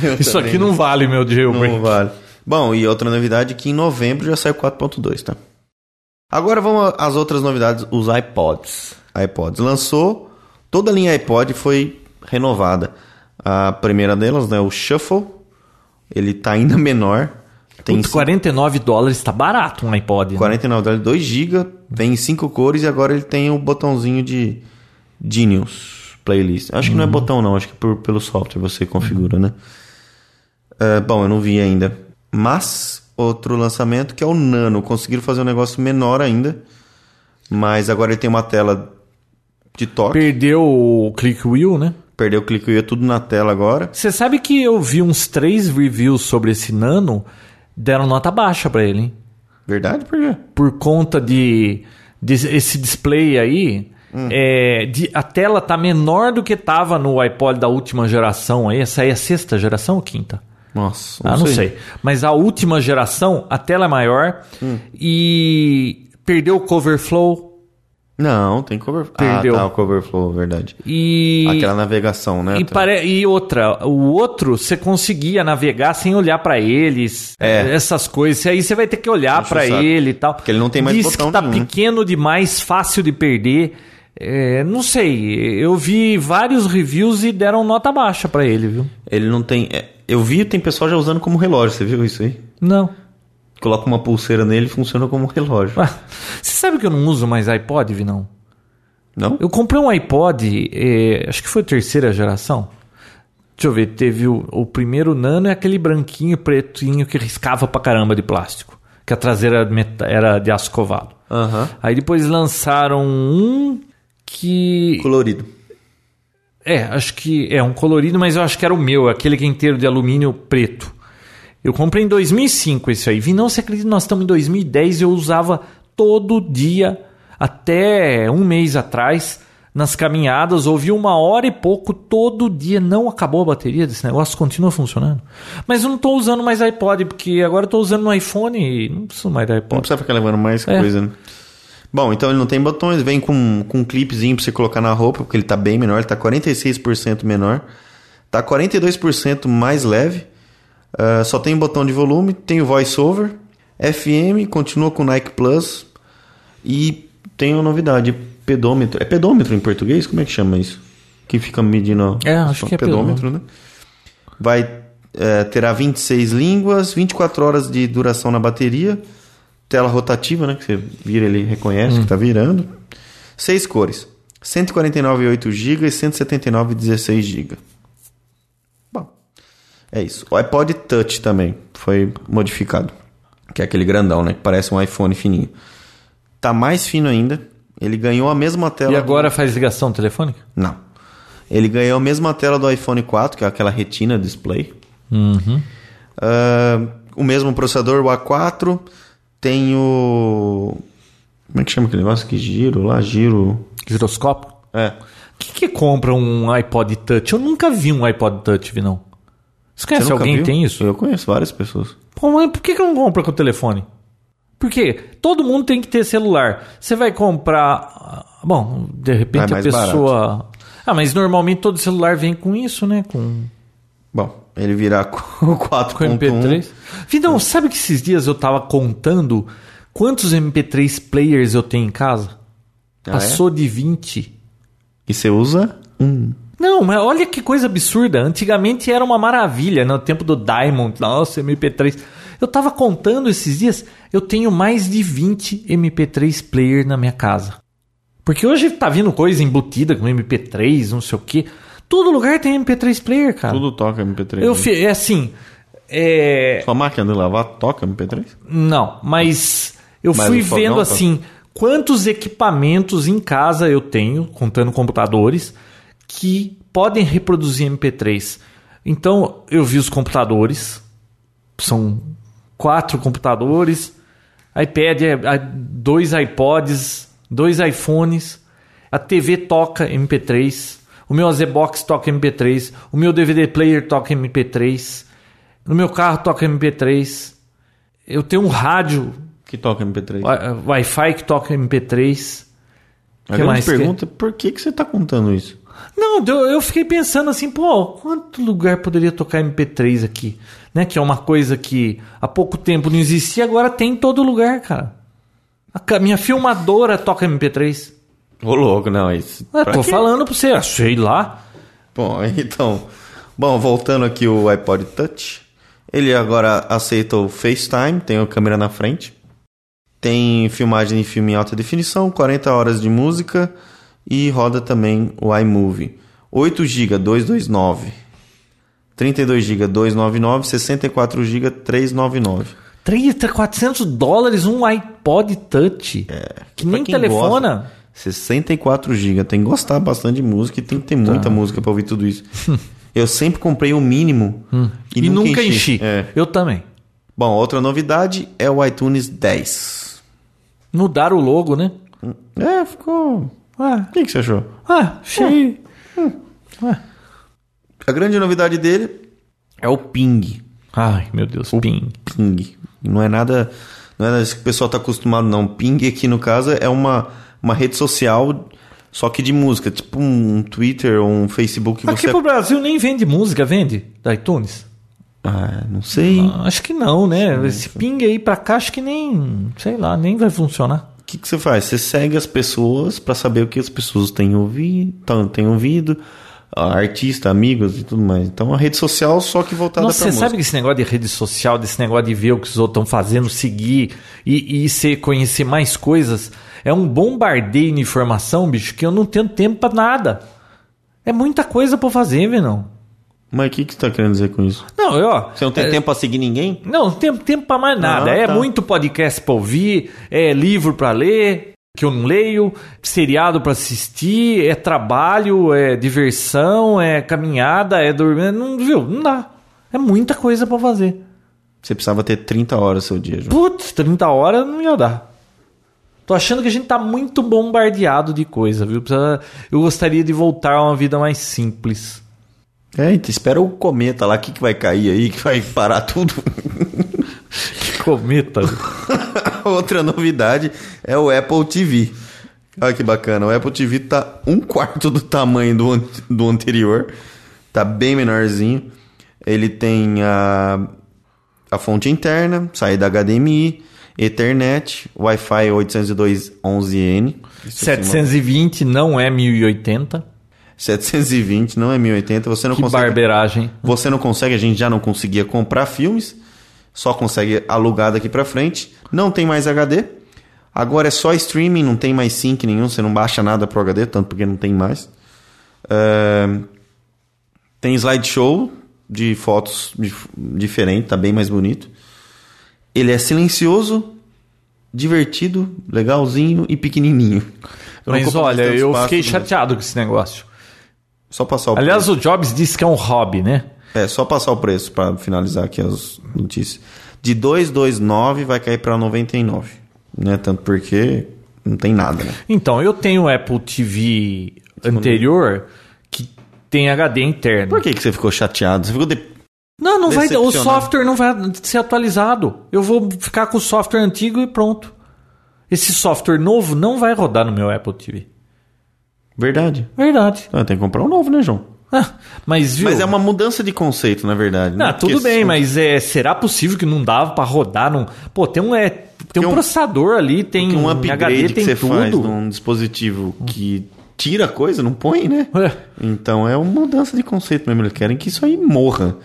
Speaker 4: Eu
Speaker 2: Isso
Speaker 4: também
Speaker 2: aqui não vale meu jailbreak.
Speaker 4: Não vale. Bom, e outra novidade é que em novembro já saiu 4.2, tá? Agora vamos às outras novidades, os iPods. iPods lançou, toda a linha iPod foi renovada. A primeira delas, né, o Shuffle, ele tá ainda menor. Tem
Speaker 2: Putz,
Speaker 4: cinco-
Speaker 2: 49 dólares tá barato um iPod. né?
Speaker 4: 49 dólares, 2 GB, tem cinco cores e agora ele tem o botãozinho de Genius Playlist. Acho
Speaker 2: Uhum.
Speaker 4: que não é botão não, acho que por- pelo software você configura, né? É, bom, eu não vi ainda. Mas, outro lançamento que é o Nano. Conseguiram fazer um negócio menor ainda, mas agora ele tem uma tela de toque.
Speaker 2: Perdeu o click wheel, né?
Speaker 4: Perdeu o clique, eu ia tudo na tela agora.
Speaker 2: Você sabe que eu vi uns três reviews sobre esse Nano, deram nota baixa pra ele, hein?
Speaker 4: Verdade, por quê?
Speaker 2: Por conta de, de esse display aí, é, de- a tela tá menor do que tava no iPod da última geração aí. Essa aí é a sexta geração ou quinta?
Speaker 4: Nossa,
Speaker 2: ah, não sei. Mas a última geração, a tela é maior e perdeu o cover flow
Speaker 4: Não, tem cover...
Speaker 2: Perdeu.
Speaker 4: Ah, tá, o cover flow, verdade.
Speaker 2: e
Speaker 4: Aquela navegação, né?
Speaker 2: E,
Speaker 4: Tá.
Speaker 2: pare- e outra, o outro você conseguia navegar sem olhar pra eles,
Speaker 4: É.
Speaker 2: essas coisas. Aí você vai ter que olhar
Speaker 4: Enche o
Speaker 2: pra
Speaker 4: saco.
Speaker 2: ele e tal.
Speaker 4: Porque ele não tem mais
Speaker 2: Diz
Speaker 4: botão
Speaker 2: que tá
Speaker 4: nenhum, né?
Speaker 2: pequeno demais, fácil de perder. É, não sei, eu vi vários reviews e deram nota baixa pra ele, viu?
Speaker 4: Ele não tem. é, Eu vi, tem pessoal já usando como relógio, você viu isso aí?
Speaker 2: Não.
Speaker 4: Coloca uma pulseira nele e funciona como um relógio.
Speaker 2: Ah, Você sabe que eu não uso mais iPod, Vinão?
Speaker 4: Não?
Speaker 2: Eu comprei um iPod, eh, acho que foi a terceira geração. Deixa eu ver, teve o, o primeiro nano é aquele branquinho, pretinho que riscava pra caramba de plástico. Que a traseira era de meta- era de aço covado.
Speaker 4: Aham.
Speaker 2: Aí depois lançaram um que.
Speaker 4: Colorido.
Speaker 2: É, acho que é um colorido, mas eu acho que era o meu, aquele que é inteiro de alumínio preto. Eu comprei em 2005 esse aí. Vi, não, você acredita, nós estamos em 2010 eu usava todo dia, até um mês atrás, nas caminhadas, ouvi uma hora e pouco todo dia. Não acabou a bateria desse negócio, continua funcionando. Mas eu não estou usando mais iPod, porque agora eu estou usando no iPhone e não preciso mais da
Speaker 4: Não
Speaker 2: iPod.
Speaker 4: precisa ficar levando mais
Speaker 2: É.
Speaker 4: coisa, né? Bom, então ele não tem botões, vem com, com um clipezinho pra você colocar na roupa, porque ele tá bem menor, ele tá 46% menor. Tá 42% mais leve. ah, só tem botão de volume, tem o voiceover, FM, continua com Nike Plus. E tem uma novidade, pedômetro. É pedômetro em português? Como é que chama isso? Que fica medindo... a-
Speaker 2: É, acho que é pedômetro.
Speaker 4: né? Vai, é, terá 26 línguas, 24 horas de duração na bateria, tela rotativa, né? Que você vira ele
Speaker 2: Hum.
Speaker 4: reconhece que tá virando. Seis cores. 149,8 GB e 179,16 GB. Bom, é isso. O iPod Touch também foi modificado. Que é aquele grandão, né? Que parece um iPhone fininho. Tá mais fino ainda. Ele ganhou a mesma tela.
Speaker 2: E
Speaker 4: do-
Speaker 2: agora faz ligação telefônica?
Speaker 4: não. Ele ganhou a mesma tela do iPhone 4, que é aquela retina display.
Speaker 2: Uhum.
Speaker 4: Ah, o mesmo processador, o A4. Tem o. Como é que chama aquele negócio? Que giro lá? Giro.
Speaker 2: Giroscópio?
Speaker 4: É.
Speaker 2: Que que compra um iPod Touch? Eu nunca vi um iPod Touch, Vinão. Você
Speaker 4: Você
Speaker 2: conhece
Speaker 4: nunca
Speaker 2: alguém que
Speaker 4: viu?
Speaker 2: tem isso?
Speaker 4: Eu conheço várias pessoas.
Speaker 2: Pô, mas por que, que não compra com o telefone? Porque todo mundo tem que ter celular. Você vai comprar. ah, Bom, de repente
Speaker 4: É
Speaker 2: a
Speaker 4: mais
Speaker 2: pessoa. Ah, mas normalmente todo celular vem com isso, né? Com,
Speaker 4: Bom, ele virar com
Speaker 2: com
Speaker 4: 4.1.
Speaker 2: MP3. Vidão, sabe que esses dias eu tava contando quantos MP3 players eu tenho em casa?
Speaker 4: Ah, é?
Speaker 2: Passou de 20.
Speaker 4: E você usa um.
Speaker 2: Não, mas olha que coisa absurda. Antigamente era uma maravilha, no tempo do Diamond, nossa, MP3. Eu tava contando esses dias, eu tenho mais de 20 MP3 player na minha casa. Porque hoje tá vindo coisa embutida com MP3, não sei o quê. Todo lugar tem MP3 player, cara.
Speaker 4: Tudo toca MP3.
Speaker 2: Eu
Speaker 4: né?
Speaker 2: fi- é assim, é,
Speaker 4: Sua máquina de lavar toca MP3?
Speaker 2: não, mas eu
Speaker 4: Mas
Speaker 2: fui
Speaker 4: o fogão
Speaker 2: vendo
Speaker 4: tá-
Speaker 2: assim quantos equipamentos em casa eu tenho, contando computadores, que podem reproduzir MP3. Então eu vi os computadores, são quatro computadores, iPad, é- é dois iPods, dois iPhones, a TV toca MP3, o meu Azbox toca MP3, o meu DVD player toca MP3, no meu carro toca MP3. Eu tenho um rádio
Speaker 4: Que toca MP3?
Speaker 2: Wi- Wi-Fi que toca MP3.
Speaker 4: a
Speaker 2: que
Speaker 4: grande
Speaker 2: mais que-
Speaker 4: pergunta é por que, que você tá contando isso?
Speaker 2: Não, deu- eu fiquei pensando assim, pô, quanto lugar poderia tocar MP3 aqui? Né? Que é uma coisa que há pouco tempo não existia, agora tem em todo lugar, cara. A ca- minha filmadora toca MP3.
Speaker 4: Ô louco, não, isso.
Speaker 2: Eu
Speaker 4: pra
Speaker 2: tô
Speaker 4: quê?
Speaker 2: falando pra você, ah, sei lá.
Speaker 4: Bom, então. Bom, voltando aqui o iPod Touch. Ele agora aceita o FaceTime, tem a câmera na frente. Tem filmagem em filme em alta definição, 40 horas de música e roda também o iMovie. 8 GB 229. 32 GB 299, 64 GB 399.
Speaker 2: 30, 400 tá, dólares um iPod Touch. que
Speaker 4: É, Pra
Speaker 2: nem
Speaker 4: quem
Speaker 2: telefona.
Speaker 4: gosta, 64 GB. Tem que gostar bastante de música e tem
Speaker 2: Tá.
Speaker 4: que ter muita música pra ouvir tudo isso. Eu sempre comprei o mínimo
Speaker 2: Hum. E, nunca enchi.
Speaker 4: É.
Speaker 2: Eu também.
Speaker 4: Bom, outra novidade é o iTunes 10.
Speaker 2: Mudaram o logo, né?
Speaker 4: É, ficou.
Speaker 2: Ah,
Speaker 4: O que, que você achou?
Speaker 2: ah achei.
Speaker 4: A grande novidade dele é o Ping.
Speaker 2: Ai, meu Deus, ping.
Speaker 4: Ping. Não é nada. Não é nada que o pessoal tá acostumado, não. Ping aqui, no caso, é uma, uma rede social, só que de música. Tipo um Twitter ou um Facebook. que
Speaker 2: Aqui
Speaker 4: você...
Speaker 2: pro Brasil nem vende música, vende? Da iTunes?
Speaker 4: Ah, não sei. O
Speaker 2: Ah, Acho que não, né? Esse ping aí pra cá, acho que nem, sei lá, nem vai funcionar.
Speaker 4: que, que você faz? Você segue as pessoas pra saber o que as pessoas têm ouvido, tão- têm ouvido, ah, artista, amigos e tudo mais. Então, a rede social só que voltada
Speaker 2: Nossa,
Speaker 4: Tá, pra
Speaker 2: você
Speaker 4: música.
Speaker 2: sabe que esse negócio de rede social, desse negócio de ver o que os outros estão fazendo, seguir e, e você conhecer mais coisas, é um bombardeio de informação, bicho, que eu não tenho tempo pra nada. É muita coisa pra eu fazer, Venão.
Speaker 4: Mas o que, que você tá querendo dizer com isso?
Speaker 2: Não, eu, ó,
Speaker 4: Você não tem tempo pra seguir ninguém?
Speaker 2: Não, não tem tempo pra mais nada.
Speaker 4: Ah,
Speaker 2: é
Speaker 4: tá.
Speaker 2: muito podcast pra ouvir, é livro pra ler, que eu não leio, seriado pra assistir, é trabalho, é diversão, é caminhada, é dormir. Não viu? Não dá. É muita coisa pra fazer.
Speaker 4: Você precisava ter 30 horas do seu dia, João.
Speaker 2: Putz, 30 horas não ia dar. Tô achando que a gente tá muito bombardeado de coisa, viu? Precisa- Eu gostaria de voltar a uma vida mais simples.
Speaker 4: É, então espera o cometa lá, o que, que vai cair aí, que vai parar tudo.
Speaker 2: Que cometa.
Speaker 4: Outra novidade é o Apple TV. Olha que bacana, o Apple TV tá um quarto do tamanho do, an- do anterior. Tá bem menorzinho. Ele tem a, a fonte interna, saída HDMI, Ethernet, Wi-Fi 802.11n. Isso é uma-
Speaker 2: 720 não é 1080.
Speaker 4: 720, não é 1080. Você não
Speaker 2: Que
Speaker 4: consegue
Speaker 2: barbeiragem.
Speaker 4: Você não consegue, a gente já não conseguia comprar filmes, só consegue alugar daqui pra frente. Não tem mais HD. Agora é só streaming, não tem mais sync nenhum, você não baixa nada pro HD, tanto porque não tem mais. É, Tem slideshow de fotos dif- diferente, tá bem mais bonito. Ele é silencioso, divertido, legalzinho e pequenininho. Eu não
Speaker 2: Mas
Speaker 4: ocupo mais
Speaker 2: olha,
Speaker 4: tanto
Speaker 2: eu
Speaker 4: espaço,
Speaker 2: fiquei
Speaker 4: mas-
Speaker 2: chateado com esse negócio.
Speaker 4: Só passar o
Speaker 2: Aliás, o Jobs disse que é um hobby, né?
Speaker 4: É, só passar o preço para finalizar aqui as notícias. De 229 vai cair para 99, né? Tanto porque não tem nada, né?
Speaker 2: Então, eu tenho o Apple TV anterior que tem HD interno.
Speaker 4: Por que, que você ficou chateado? Você ficou de...
Speaker 2: Não, não vai. O software não vai ser atualizado. Eu vou ficar com o software antigo e pronto. Esse software novo não vai rodar no meu Apple TV.
Speaker 4: Verdade.
Speaker 2: Verdade.
Speaker 4: Ah, tem que comprar um novo, né, João?
Speaker 2: Ah, mas viu?
Speaker 4: Mas é uma mudança de conceito, na verdade.
Speaker 2: Ah,
Speaker 4: né?
Speaker 2: tudo
Speaker 4: Porque
Speaker 2: bem,
Speaker 4: se-
Speaker 2: mas é, será possível que não dava pra rodar? Num... Pô, tem um, é, tem um,
Speaker 4: um-
Speaker 2: processador ali, tem
Speaker 4: Porque um
Speaker 2: um HD,
Speaker 4: upgrade que
Speaker 2: tem
Speaker 4: você
Speaker 2: tudo.
Speaker 4: faz num dispositivo que tira coisa, não põe, né?
Speaker 2: É.
Speaker 4: Então é uma mudança de conceito mesmo. Eles querem que isso aí morra.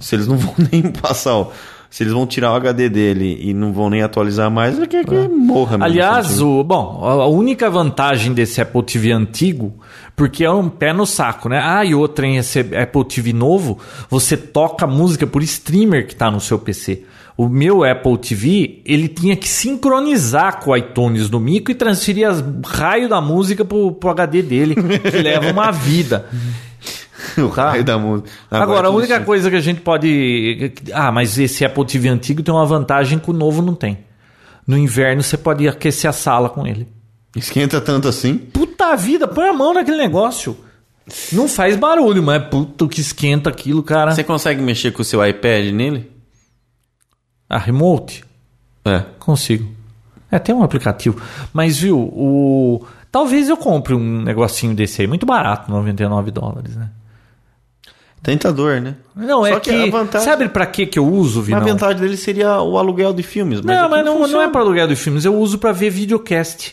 Speaker 4: Se eles não vão nem passar, o- se eles vão tirar o HD dele e não vão nem atualizar mais, eles querem que morra mesmo.
Speaker 2: Aliás,
Speaker 4: Assim.
Speaker 2: o, bom, a a única vantagem desse Apple TV antigo, porque é um pé no saco, né? Ah, e outra em esse Apple TV novo, você toca música por streamer que tá no seu PC. O meu Apple TV, ele tinha que sincronizar com o iTunes do Mico e transferir as raio da música pro, pro HD dele, que leva uma vida.
Speaker 4: o tá. raio da música.
Speaker 2: Agora, a
Speaker 4: tudo
Speaker 2: única
Speaker 4: isso-
Speaker 2: coisa que a gente pode. Ah, mas esse Apple TV antigo tem uma vantagem que o novo não tem. No inverno você pode aquecer a sala com ele.
Speaker 4: Esquenta tanto assim.
Speaker 2: Puta vida, põe a mão naquele negócio. Não faz barulho, mas é puto que esquenta aquilo, cara.
Speaker 4: Você consegue mexer com o seu iPad nele?
Speaker 2: Ah, remote?
Speaker 4: É.
Speaker 2: Consigo. É, tem um aplicativo. Mas, viu, o. Talvez eu compre um negocinho desse aí. Muito barato, 99 dólares, né?
Speaker 4: Tentador, né?
Speaker 2: Não,
Speaker 4: Só
Speaker 2: é que.
Speaker 4: que a vantagem-
Speaker 2: Sabe pra que que eu uso,
Speaker 4: Mas
Speaker 2: Vinão?
Speaker 4: a vantagem dele seria o aluguel de filmes. Mas
Speaker 2: Não,
Speaker 4: aqui
Speaker 2: mas não, não
Speaker 4: funciona.
Speaker 2: é para aluguel de filmes. Eu uso pra ver videocast.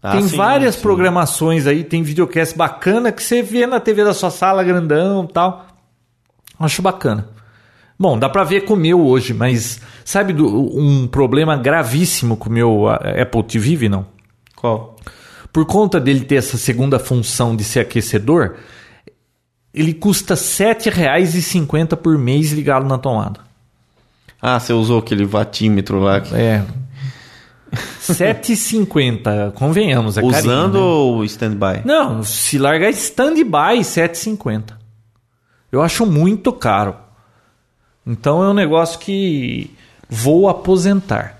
Speaker 4: Ah,
Speaker 2: tem
Speaker 4: sim,
Speaker 2: várias
Speaker 4: sim.
Speaker 2: programações aí, tem videocast bacana que você vê na TV da sua sala grandão e tal. Acho bacana. Bom, dá pra ver com o meu hoje, mas sabe do- um problema gravíssimo com o meu ah, Apple TV, não?
Speaker 4: Qual?
Speaker 2: Por conta dele ter essa segunda função de ser aquecedor, ele custa R$ 7,50 por mês ligado na tomada.
Speaker 4: Ah, você usou aquele vatímetro lá. que-
Speaker 2: É. 7,50, convenhamos. É carinho,
Speaker 4: Usando
Speaker 2: né?
Speaker 4: ou stand-by?
Speaker 2: Não, se largar stand-by, 7,50. Eu acho muito caro. Então é um negócio que vou aposentar.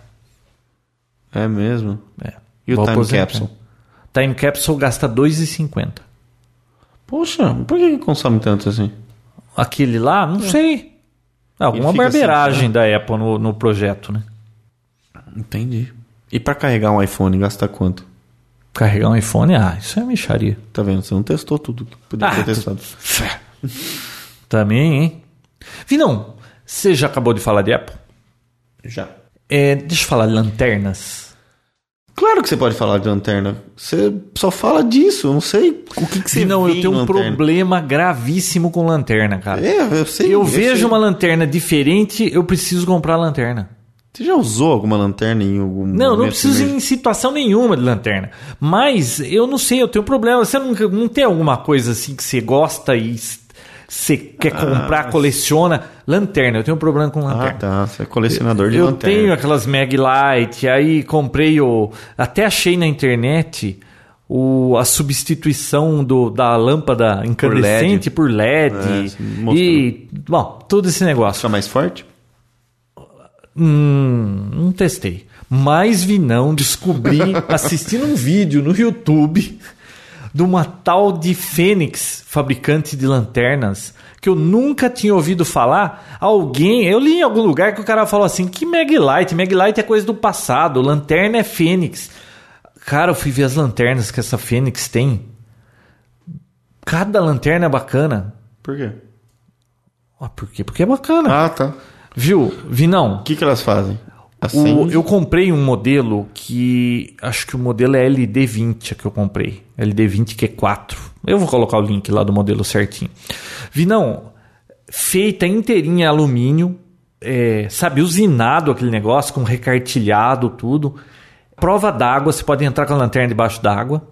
Speaker 4: É mesmo.
Speaker 2: É,
Speaker 4: E o
Speaker 2: vou
Speaker 4: time capsule?
Speaker 2: Time Capsule gasta 2,50.
Speaker 4: Poxa, por que que consome tanto assim?
Speaker 2: Aquele lá, não sei. Alguma
Speaker 4: fica assim,
Speaker 2: barbeiragem da Apple no, no projeto, né?
Speaker 4: Entendi. E pra carregar um iPhone, gasta quanto?
Speaker 2: Carregar um iPhone, ah, isso é mixaria.
Speaker 4: Tá vendo? Você não testou tudo que podia
Speaker 2: Ah,
Speaker 4: ter
Speaker 2: tu-
Speaker 4: testado.
Speaker 2: Também, hein? Vinão, você já acabou de falar de Apple?
Speaker 4: Já.
Speaker 2: É, deixa eu falar de lanternas.
Speaker 4: Claro que você pode falar de lanterna. Você só fala disso. Eu não sei o que, que você
Speaker 2: não,
Speaker 4: vê
Speaker 2: eu tenho
Speaker 4: em
Speaker 2: um
Speaker 4: lanterna.
Speaker 2: problema gravíssimo com lanterna, cara.
Speaker 4: É, eu sei.
Speaker 2: eu vejo
Speaker 4: sei.
Speaker 2: uma lanterna diferente, eu preciso comprar a lanterna.
Speaker 4: Você já usou alguma lanterna em algum
Speaker 2: Não, eu não
Speaker 4: momento
Speaker 2: preciso
Speaker 4: mesmo?
Speaker 2: em situação nenhuma de lanterna. Mas eu não sei, eu tenho problema. Você não, não tem alguma coisa assim que você gosta e s- você quer comprar, coleciona? Lanterna, eu tenho um problema com
Speaker 4: Ah,
Speaker 2: lanterna.
Speaker 4: tá. Você é colecionador de
Speaker 2: eu
Speaker 4: lanterna.
Speaker 2: tenho aquelas Mag Light, aí comprei o. Até achei na internet o, a substituição do, da lâmpada incandescente por LED.
Speaker 4: É, você me
Speaker 2: e. Bom, todo esse negócio.
Speaker 4: Fica mais forte?
Speaker 2: Hum, não testei. Mas vi não, descobri assistindo um vídeo no YouTube de uma tal de Fênix, fabricante de lanternas, que eu nunca tinha ouvido falar. Alguém, eu li em algum lugar que o cara falou assim: que Mag Light? Mag Light é coisa do passado, lanterna é Fênix. Cara, eu fui ver as lanternas que essa Fênix tem. Cada lanterna é bacana.
Speaker 4: Por quê?
Speaker 2: Ah, por quê? Porque é bacana.
Speaker 4: Ah, tá.
Speaker 2: Viu? Vinão,
Speaker 4: O que, que elas fazem? Assim,
Speaker 2: o- eu comprei um modelo que. Acho que o modelo é LD20 a que eu comprei. LD20 Q4. é Eu vou colocar o link lá do modelo certinho. Vinão, feita inteirinha em alumínio. é, sabe, usinado aquele negócio, com recartilhado, tudo. Prova d'água, você pode entrar com a lanterna debaixo d'água.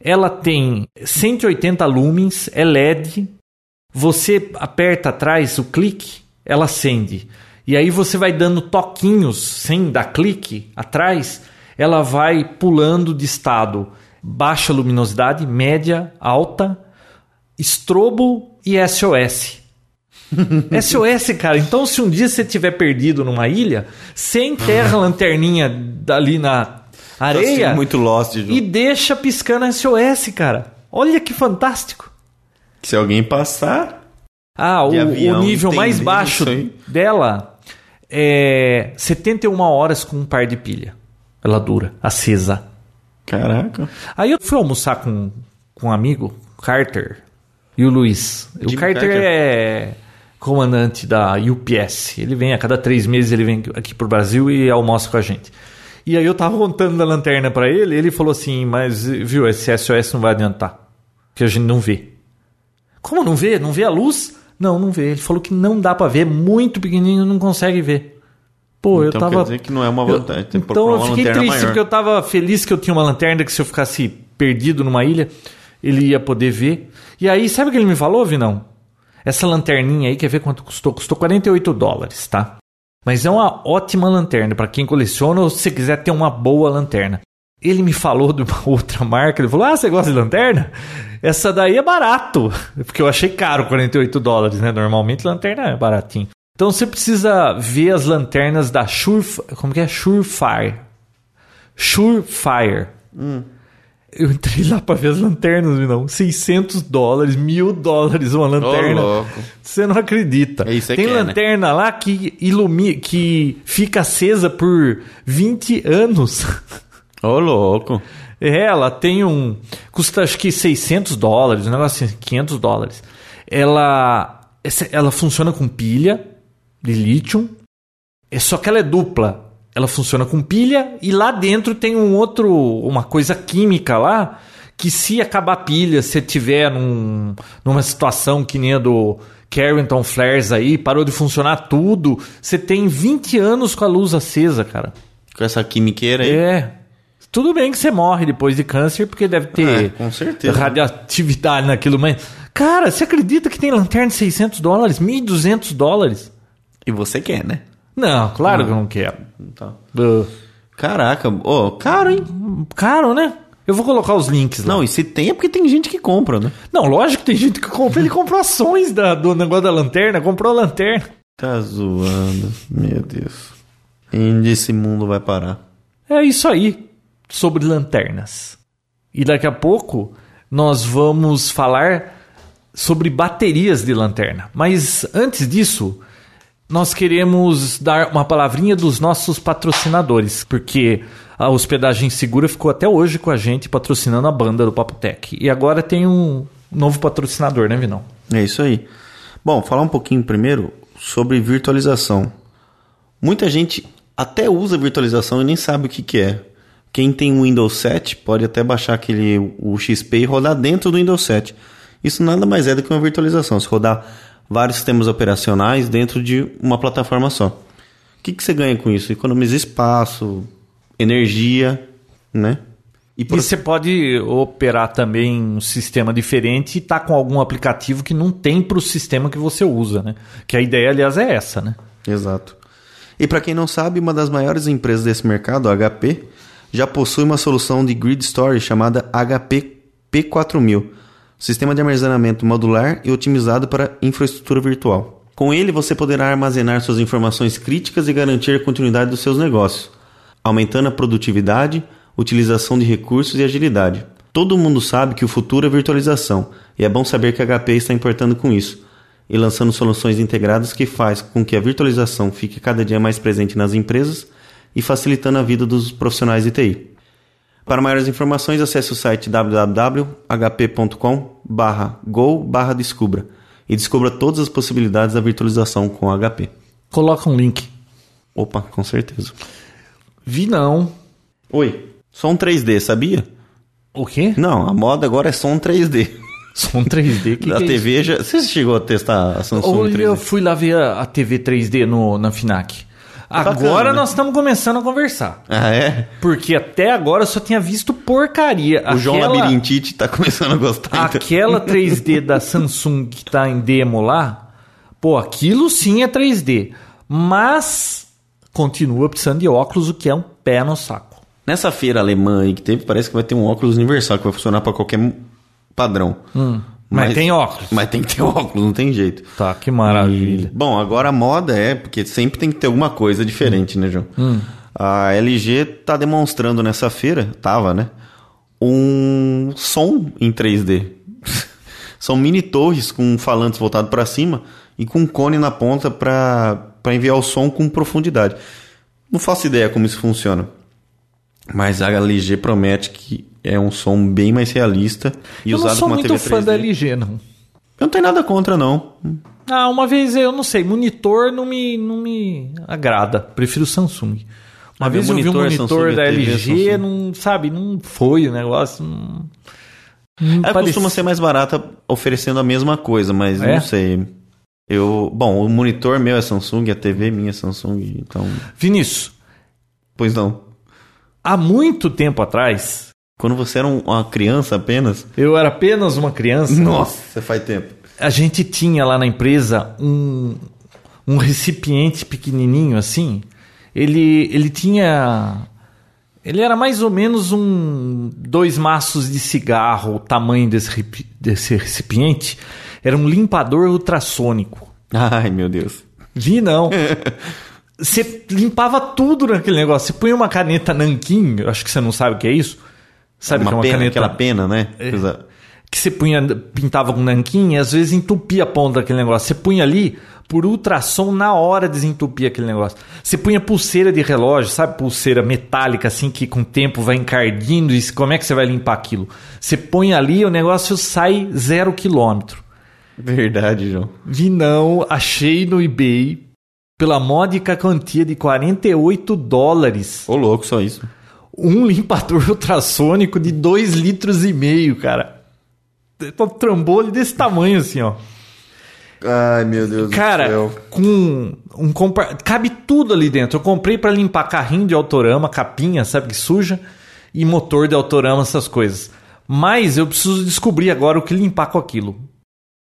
Speaker 2: Ela tem 180 lumens, é LED. Você aperta atrás o clique, ela acende. E aí você vai dando toquinhos sem dar clique atrás, ela vai pulando de estado baixa luminosidade, média, alta, estrobo e SOS. SOS, cara. Então, se um dia você tiver perdido numa ilha, você enterra a lanterninha dali na
Speaker 4: Tá sendo
Speaker 2: areia
Speaker 4: muito lost. Ju.
Speaker 2: e deixa piscando SOS, cara. Olha que fantástico.
Speaker 4: Se alguém passar,
Speaker 2: Ah, o, avião, o nível mais baixo dela é 71 horas com um par de pilha. Ela dura, acesa.
Speaker 4: Caraca.
Speaker 2: Aí eu fui almoçar com, com um amigo, Carter, e o Luiz. O Carter, Carter, é comandante da UPS. Ele vem a cada três meses, ele vem aqui pro Brasil e almoça com a gente. E aí eu tava contando da lanterna para ele, ele falou assim, mas viu, esse SOS não vai adiantar, que a gente não vê. Como não vê? Não vê a luz? Não, não vê. Ele falou que não dá para ver, é muito pequenininho, não consegue ver. Pô,
Speaker 4: então,
Speaker 2: eu tava.
Speaker 4: Quer dizer que não é uma vantagem.
Speaker 2: Eu... então eu fiquei triste maior. porque eu tava feliz que eu tinha uma lanterna que se eu ficasse perdido numa ilha, ele ia poder ver. E aí, sabe o que ele me falou, Vinão? Essa lanterninha aí, quer ver quanto custou? Custou 48 dólares, tá? Mas é uma ótima lanterna para quem coleciona ou se quiser ter uma boa lanterna. Ele me falou de uma outra marca, ele falou: Ah, você gosta de lanterna? Essa daí é barato, porque eu achei caro 48 dólares, né? Normalmente lanterna é baratinho. Então você precisa ver as lanternas da Surefire. Como que é? Surefire. Surefire. Hum. Eu entrei lá pra ver as lanternas, não. 600 dólares, mil dólares uma lanterna. Oh, Você não acredita.
Speaker 4: É isso
Speaker 2: Tem
Speaker 4: é,
Speaker 2: lanterna
Speaker 4: né?
Speaker 2: lá que ilumina, que fica acesa por 20 anos.
Speaker 4: Ô, oh, louco.
Speaker 2: É, ela tem um. Custa acho que 600 dólares, um negócio assim, 500 dólares. Ela, ela funciona com pilha de lítio, só que ela é dupla ela funciona com pilha e lá dentro tem um outro, uma coisa química lá que se acabar a pilha, se tiver num, numa situação que nem a do Carrington Flares aí, parou de funcionar tudo, você tem 20 anos com a luz acesa, cara.
Speaker 4: Com essa quimiqueira aí?
Speaker 2: É. Tudo bem que você morre depois de câncer, porque deve ter
Speaker 4: é,
Speaker 2: radioatividade naquilo, mas... Cara, você acredita que tem lanterna de 600 dólares, 1.200 dólares?
Speaker 4: E você quer, né?
Speaker 2: Não, claro não. que eu não quero. Tá.
Speaker 4: Uh. Caraca, oh, caro, hein?
Speaker 2: Caro, né? Eu vou colocar os links lá.
Speaker 4: Não, e se tem é porque tem gente que compra, né?
Speaker 2: Não, lógico que tem gente que compra. Ele comprou ações da, do negócio da lanterna, comprou a lanterna.
Speaker 4: Tá zoando. Meu Deus. Onde esse mundo vai parar?
Speaker 2: É isso aí. Sobre lanternas. E daqui a pouco nós vamos falar sobre baterias de lanterna. Mas antes disso nós queremos dar uma palavrinha dos nossos patrocinadores, porque a Hospedagem Segura ficou até hoje com a gente patrocinando a banda do Papotec. E agora tem um novo patrocinador, né, Vinão?
Speaker 4: É isso aí. Bom, falar um pouquinho primeiro sobre virtualização. Muita gente até usa virtualização e nem sabe o que, que é. Quem tem o Windows 7 pode até baixar aquele o XP e rodar dentro do Windows 7. Isso nada mais é do que uma virtualização. Se rodar vários sistemas operacionais dentro de uma plataforma só. O que, que você ganha com isso? Economiza espaço, energia, né?
Speaker 2: E, por... e você pode operar também um sistema diferente e tá com algum aplicativo que não tem para o sistema que você usa, né? Que a ideia, aliás, é essa, né?
Speaker 4: Exato. E para quem não sabe, uma das maiores empresas desse mercado, a HP, já possui uma solução de grid storage chamada HP P4000 sistema de armazenamento modular e otimizado para infraestrutura virtual. Com ele, você poderá armazenar suas informações críticas e garantir a continuidade dos seus negócios, aumentando a produtividade, utilização de recursos e agilidade. Todo mundo sabe que o futuro é virtualização, e é bom saber que a HP está importando com isso e lançando soluções integradas que faz com que a virtualização fique cada dia mais presente nas empresas e facilitando a vida dos profissionais de TI. Para maiores informações, acesse o site www.hp.com/go/descubra e descubra todas as possibilidades da virtualização com HP.
Speaker 2: Coloca um link.
Speaker 4: Opa, com certeza.
Speaker 2: Vi não.
Speaker 4: Oi, som 3D, sabia?
Speaker 2: O quê?
Speaker 4: Não, a moda agora é som 3D.
Speaker 2: Som 3D um que
Speaker 4: Da
Speaker 2: que
Speaker 4: TV
Speaker 2: é
Speaker 4: já. Você chegou a testar a Samsung
Speaker 2: Olha,
Speaker 4: 3D?
Speaker 2: eu um fui lá ver a, a TV 3D no, na Finac. Agora Tá Bacana, nós estamos né? começando a conversar.
Speaker 4: Ah, é?
Speaker 2: Porque até agora eu só tinha visto porcaria. O
Speaker 4: aquela, João Labirintite está começando a gostar.
Speaker 2: Aquela então. 3D da Samsung que está em demo lá, pô, aquilo sim é 3D. Mas continua precisando de óculos, o que é um pé no saco.
Speaker 4: Nessa feira alemã aí que teve, parece que vai ter um óculos universal que vai funcionar para qualquer padrão.
Speaker 2: Hum. Mas, mas, tem óculos.
Speaker 4: Mas tem que ter óculos, não tem jeito.
Speaker 2: Tá, que maravilha.
Speaker 4: E, bom, agora a moda é, porque sempre tem que ter alguma coisa diferente, né, João? Hum. A LG tá demonstrando nessa feira, tava, né? Um som em 3D. São mini torres com falantes voltados para cima e com um cone na ponta para enviar o som com profundidade. Não faço ideia como isso funciona. Mas a LG promete que é um som bem mais realista e
Speaker 2: eu
Speaker 4: usado
Speaker 2: não sou
Speaker 4: com uma
Speaker 2: muito
Speaker 4: TV 3D.
Speaker 2: fã da LG, não.
Speaker 4: Eu não tenho nada contra, não.
Speaker 2: Ah, uma vez eu não sei, monitor não me, não me agrada. Prefiro Samsung. Uma
Speaker 4: Ah,
Speaker 2: vez eu
Speaker 4: meu
Speaker 2: vi um
Speaker 4: monitor é
Speaker 2: monitor
Speaker 4: Samsung,
Speaker 2: da
Speaker 4: a TV é
Speaker 2: LG,
Speaker 4: Samsung.
Speaker 2: não sabe, não foi o negócio. Não, não
Speaker 4: Ela
Speaker 2: parece-
Speaker 4: É, costuma ser mais barata oferecendo a mesma coisa, mas
Speaker 2: É?
Speaker 4: não sei. Eu, bom, o monitor meu é Samsung, a TV minha é Samsung, então,
Speaker 2: Vinícius,
Speaker 4: pois não.
Speaker 2: há muito tempo atrás,
Speaker 4: Quando você era um- uma criança apenas,
Speaker 2: eu era apenas uma criança.
Speaker 4: nossa, faz tempo.
Speaker 2: A gente tinha lá na empresa um, um recipiente pequenininho assim. Ele, ele tinha. Ele era mais ou menos um. Dois maços de cigarro, o tamanho desse, repi- desse recipiente. Era um limpador ultrassônico.
Speaker 4: Ai, meu Deus.
Speaker 2: Vi não. Você limpava tudo naquele negócio. Você põe uma caneta nanquim, eu acho que você não sabe o que é isso. Sabe
Speaker 4: uma
Speaker 2: o que é uma
Speaker 4: pena,
Speaker 2: caneta? É.
Speaker 4: aquela pena, né? Coisa-
Speaker 2: que você punha, pintava com nanquim e às vezes entupia a ponta daquele negócio. Você punha ali por ultrassom na hora desentupia aquele negócio. Você punha pulseira de relógio, sabe? Pulseira metálica assim que com o tempo vai encardindo e como é que você vai limpar aquilo? Você põe ali o negócio sai zero quilômetro.
Speaker 4: Verdade, João.
Speaker 2: Vi não, achei no eBay pela módica quantia de 48 dólares
Speaker 4: Ô louco, só isso.
Speaker 2: um limpador ultrassônico de 2 litros e meio, cara. Um trambolho desse tamanho assim, ó.
Speaker 4: Ai, meu Deus
Speaker 2: Cara, com um compa- cabe tudo ali dentro. Eu comprei pra limpar carrinho de autorama, capinha, sabe que suja, e motor de autorama, essas coisas. Mas eu preciso descobrir agora o que limpar com aquilo.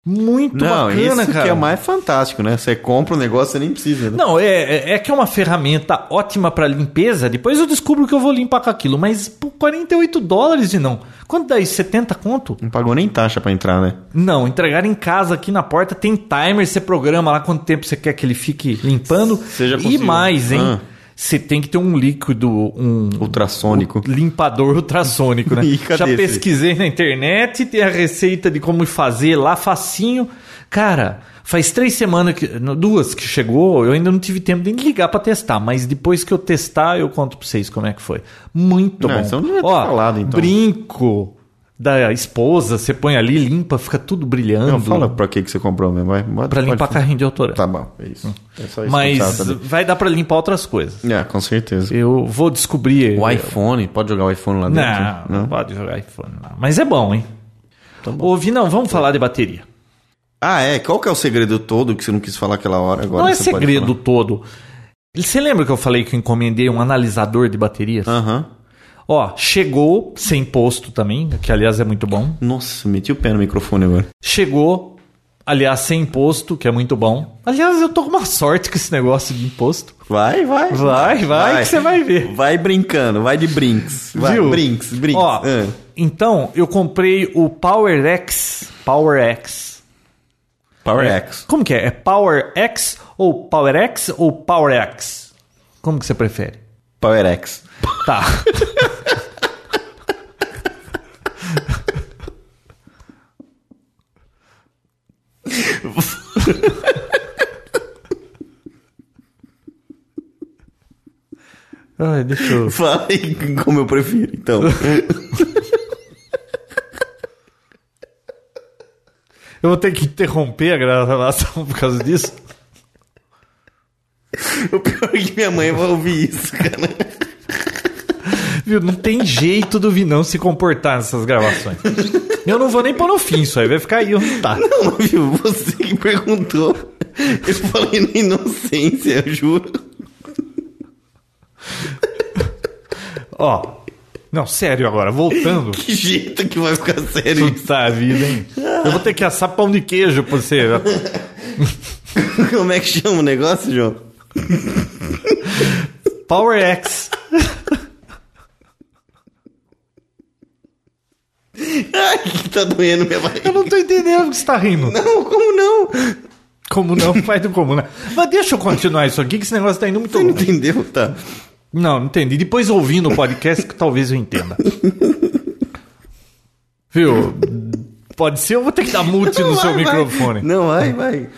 Speaker 2: Muito
Speaker 4: Não,
Speaker 2: bacana,
Speaker 4: isso
Speaker 2: cara.
Speaker 4: que é mais fantástico, né? Você compra um negócio, você nem precisa. Né?
Speaker 2: Não, é, é- é que é uma ferramenta ótima pra limpeza. Depois eu descubro o que eu vou limpar com aquilo. Mas por 48 dólares e não. Quanto dá isso? 70 conto?
Speaker 4: Não pagou nem taxa pra entrar, né?
Speaker 2: Não, entregar em casa aqui na porta tem timer, você programa lá quanto tempo você quer que ele fique limpando.
Speaker 4: Você já
Speaker 2: e
Speaker 4: conseguiu.
Speaker 2: mais, hein?
Speaker 4: Ah.
Speaker 2: Você tem que ter um líquido, um
Speaker 4: Ultrassônico. né?
Speaker 2: limpador ultrassônico, né?
Speaker 4: E
Speaker 2: já
Speaker 4: cadê esse?
Speaker 2: pesquisei na internet, tem a receita de como fazer lá facinho. Cara, faz três semanas, que, no- duas que chegou, eu ainda não tive tempo nem de ligar pra testar, mas depois que eu testar, eu conto pra vocês como é que foi. Muito
Speaker 4: Não,
Speaker 2: bom.
Speaker 4: então não ia ter
Speaker 2: Ó,
Speaker 4: falado, então.
Speaker 2: brinco da esposa, você põe ali, limpa, fica tudo brilhando.
Speaker 4: Não, fala pra que, que você comprou mesmo, vai. Bota-
Speaker 2: Pra
Speaker 4: pode
Speaker 2: limpar
Speaker 4: falar.
Speaker 2: carrinho de autora.
Speaker 4: Tá bom, é isso. É só isso que eu
Speaker 2: mas
Speaker 4: precisava
Speaker 2: vai dar pra limpar outras coisas.
Speaker 4: saber. É, com certeza.
Speaker 2: Eu vou descobrir.
Speaker 4: O iPhone, pode jogar o iPhone lá dentro?
Speaker 2: Não, não, pode jogar iPhone. Não. Mas é bom, hein?
Speaker 4: Tá bom.
Speaker 2: Ô, Vinão, vamos falar de bateria.
Speaker 4: Ah, é? Qual que é o segredo todo que você não quis falar aquela hora agora?
Speaker 2: não é
Speaker 4: você pode
Speaker 2: segredo todo. Você lembra que eu falei que eu encomendei um analisador de baterias?
Speaker 4: falar? Aham.
Speaker 2: Ó, chegou sem posto também, que aliás é muito bom.
Speaker 4: Nossa, meti o pé no microfone agora.
Speaker 2: Chegou, aliás, sem imposto, que é muito bom. Aliás, eu tô com uma sorte com esse negócio de imposto.
Speaker 4: Vai, vai.
Speaker 2: Vai, vai, que você vai ver.
Speaker 4: Vai brincando, vai de brinks. Vai,
Speaker 2: Viu?
Speaker 4: brinks, brinks.
Speaker 2: Ó,
Speaker 4: Ah.
Speaker 2: então eu comprei o Power X. Power X.
Speaker 4: Power X.
Speaker 2: Como que é? É Power X ou Power X ou Power X? Como que você prefere?
Speaker 4: Power X.
Speaker 2: Tá. Ai, deixa eu...
Speaker 4: Fala aí como eu prefiro, então.
Speaker 2: eu vou ter que interromper a gravação por causa disso.
Speaker 4: o pior é que minha mãe vai ouvir isso, cara.
Speaker 2: Viu? Não tem jeito do Vinão se comportar nessas gravações. Eu não vou nem pôr no fim isso aí, vai ficar aí onde tá.
Speaker 4: Não, viu? Você que perguntou. Eu falei na inocência, eu juro.
Speaker 2: Ó. Não, sério agora, voltando.
Speaker 4: Que jeito que vai ficar sério isso?
Speaker 2: Puta tá vida, hein? Eu vou ter que assar pão de queijo pra você.
Speaker 4: Como é que chama o negócio, João?
Speaker 2: Power X.
Speaker 4: Ai, que tá doendo minha barriga.
Speaker 2: Eu não tô entendendo o que você tá rindo.
Speaker 4: Não, como não?
Speaker 2: Como não? Faz do comum, né? Mas deixa eu continuar isso aqui, que esse negócio tá indo muito
Speaker 4: Você não
Speaker 2: longe.
Speaker 4: entendeu? Tá.
Speaker 2: Não, não entendi. Depois ouvindo o podcast que talvez eu entenda. Viu? Pode ser, eu vou ter que dar mute no seu
Speaker 4: vai, vai.
Speaker 2: microfone.
Speaker 4: Não, vai, vai.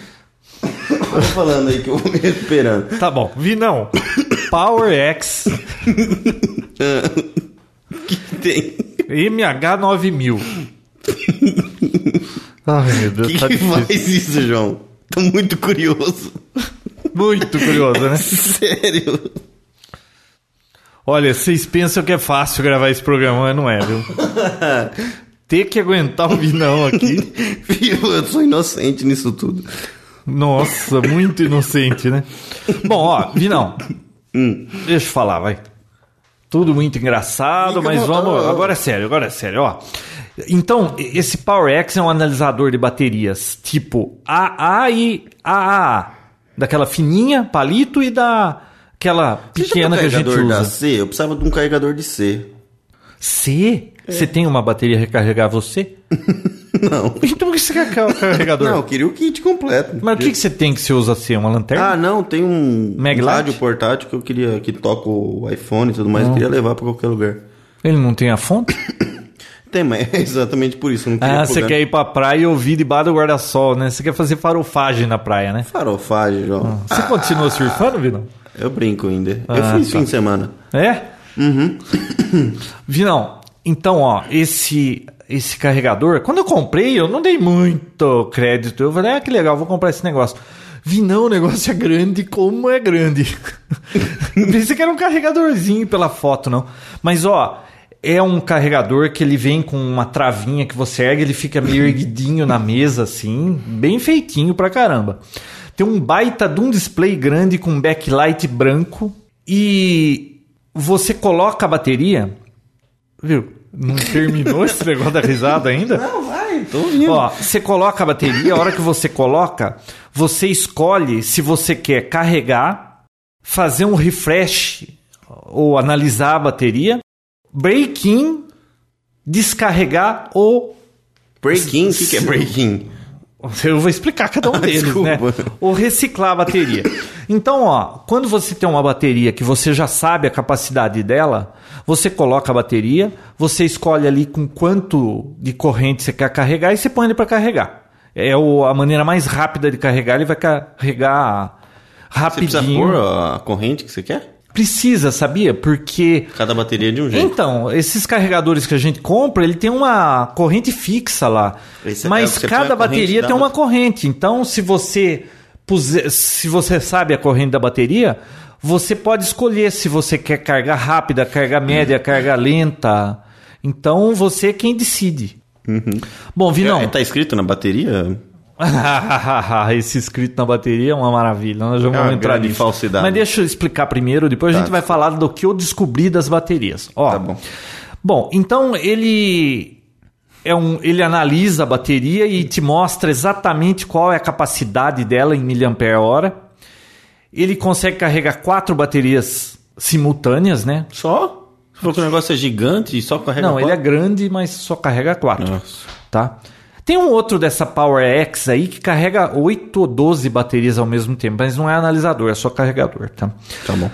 Speaker 4: Tô falando aí que eu vou me recuperando.
Speaker 2: Tá bom, vi não. Power X
Speaker 4: Tem.
Speaker 2: MH9000. Ai, meu Deus,
Speaker 4: Que
Speaker 2: tá
Speaker 4: que
Speaker 2: difícil.
Speaker 4: faz isso, João? Tô muito curioso.
Speaker 2: Muito curioso, né?
Speaker 4: Sério.
Speaker 2: Olha, vocês pensam que é fácil gravar esse programa, mas não é, viu? Ter que aguentar o Vinão aqui.
Speaker 4: Viu? Eu sou inocente nisso tudo.
Speaker 2: Nossa, muito inocente, né? Bom, ó, Vinão.
Speaker 4: Hum.
Speaker 2: Deixa eu falar, vai. Tudo muito engraçado,
Speaker 4: Fica
Speaker 2: mas
Speaker 4: à
Speaker 2: vamos.
Speaker 4: vontade.
Speaker 2: Agora é sério, agora é sério, ó. Então, e- esse Power X é um analisador de baterias tipo AA e AAA. Daquela fininha, palito e da. Aquela
Speaker 4: Você
Speaker 2: pequena
Speaker 4: tem
Speaker 2: que a
Speaker 4: um
Speaker 2: gente
Speaker 4: carregador
Speaker 2: usa.
Speaker 4: da C? Eu precisava de um carregador de C.
Speaker 2: C? Você tem uma bateria recarregar você?
Speaker 4: Não.
Speaker 2: Então por que você quer o carregador?
Speaker 4: Não, eu queria o kit completo.
Speaker 2: Mas o que, que você tem que você usa assim? Uma lanterna?
Speaker 4: Ah, não, tem um
Speaker 2: Mag
Speaker 4: um
Speaker 2: Lite?
Speaker 4: rádio portátil que eu queria que toca o iPhone e tudo mais, eu queria levar pra qualquer lugar.
Speaker 2: Ele não tem a fonte?
Speaker 4: Tem, mas é exatamente por isso, eu não queria
Speaker 2: Ah, você
Speaker 4: plugar.
Speaker 2: quer ir pra praia e ouvir debaixo do guarda-sol, né? Você quer fazer farofagem na praia, né?
Speaker 4: farofagem, João.
Speaker 2: Você continua surfando, Vinão?
Speaker 4: Eu brinco ainda. eu
Speaker 2: Ah,
Speaker 4: fui esse
Speaker 2: tá.
Speaker 4: fim de semana.
Speaker 2: É? Vinão, então, ó, esse esse carregador, quando eu comprei, eu não dei muito crédito. Eu falei, ah, que legal, vou comprar esse negócio. Vinão, o negócio é grande, como é grande. eu pensei que era um carregadorzinho pela foto, não. Mas, ó, é um carregador que ele vem com uma travinha que você ergue, ele fica meio erguidinho na mesa, assim, bem feitinho pra caramba. Tem um baita de um display grande com backlight branco e você coloca a bateria. Viu? Não terminou esse negócio da risada ainda?
Speaker 4: Não, vai, tô ouvindo.
Speaker 2: Ó, você coloca a bateria, a hora que você coloca, você escolhe se você quer carregar, fazer um refresh ou analisar a bateria, break-in, descarregar ou.
Speaker 4: Breaking, o que, que é breaking?
Speaker 2: Eu vou explicar cada um deles, né?
Speaker 4: Ah, desculpa.
Speaker 2: Ou reciclar a bateria. Então, ó, quando você tem uma bateria que você já sabe a capacidade dela, você coloca a bateria, você escolhe ali com quanto de corrente você quer carregar e você põe ele para carregar. É o- a maneira mais rápida de carregar, ele vai carregar
Speaker 4: Você precisa
Speaker 2: rapidinho.
Speaker 4: pôr a corrente que você quer?
Speaker 2: Precisa, sabia? Porque
Speaker 4: Cada bateria é de um jeito.
Speaker 2: então, esses carregadores que a gente compra, ele tem uma corrente fixa lá.
Speaker 4: Esse é o
Speaker 2: mas
Speaker 4: que você põe
Speaker 2: cada
Speaker 4: a corrente
Speaker 2: bateria
Speaker 4: da
Speaker 2: tem uma
Speaker 4: bat-
Speaker 2: corrente. Então, se você puser, se você sabe a corrente da bateria, você pode escolher se você quer carga rápida, carga média,
Speaker 4: Uhum.
Speaker 2: carga lenta. Então, você é quem decide. Bom, Vinão.
Speaker 4: É, tá escrito na bateria?
Speaker 2: Esse escrito na bateria é uma maravilha. Nós já
Speaker 4: uma
Speaker 2: vamos entrar
Speaker 4: grande
Speaker 2: nisso.
Speaker 4: falsidade.
Speaker 2: Mas deixa eu explicar primeiro, depois a gente vai falar do que eu descobri das baterias. Ó,
Speaker 4: Tá bom.
Speaker 2: Bom, então ele é um, ele analisa a bateria e te mostra exatamente qual é a capacidade dela em miliampere-hora. Ele consegue carregar quatro baterias simultâneas, né?
Speaker 4: Só? Você falou que o negócio é gigante e só carrega
Speaker 2: Não, ele é
Speaker 4: quatro?
Speaker 2: grande, mas só carrega quatro.
Speaker 4: Nossa.
Speaker 2: Tá? Tem um outro dessa Power X aí que carrega 8 ou 12 baterias ao mesmo tempo, mas não é analisador, é só carregador, tá?
Speaker 4: Tá bom.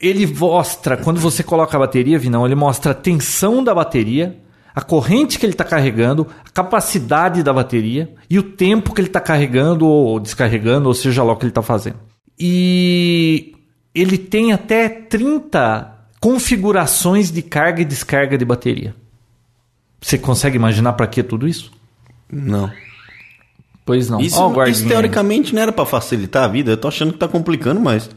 Speaker 2: Ele mostra, quando você coloca a bateria, Vinão, ele mostra a tensão da bateria, a corrente que ele está carregando, a capacidade da bateria e o tempo que ele está carregando ou descarregando, ou seja lá o que ele está fazendo. E ele tem até 30 configurações de carga e descarga de bateria. Você consegue imaginar para que tudo isso?
Speaker 4: Não.
Speaker 2: Pois não.
Speaker 4: Isso,
Speaker 2: Ó o
Speaker 4: isso
Speaker 2: guardinha aí.
Speaker 4: teoricamente não era pra facilitar a vida. Eu tô achando que tá complicando mais.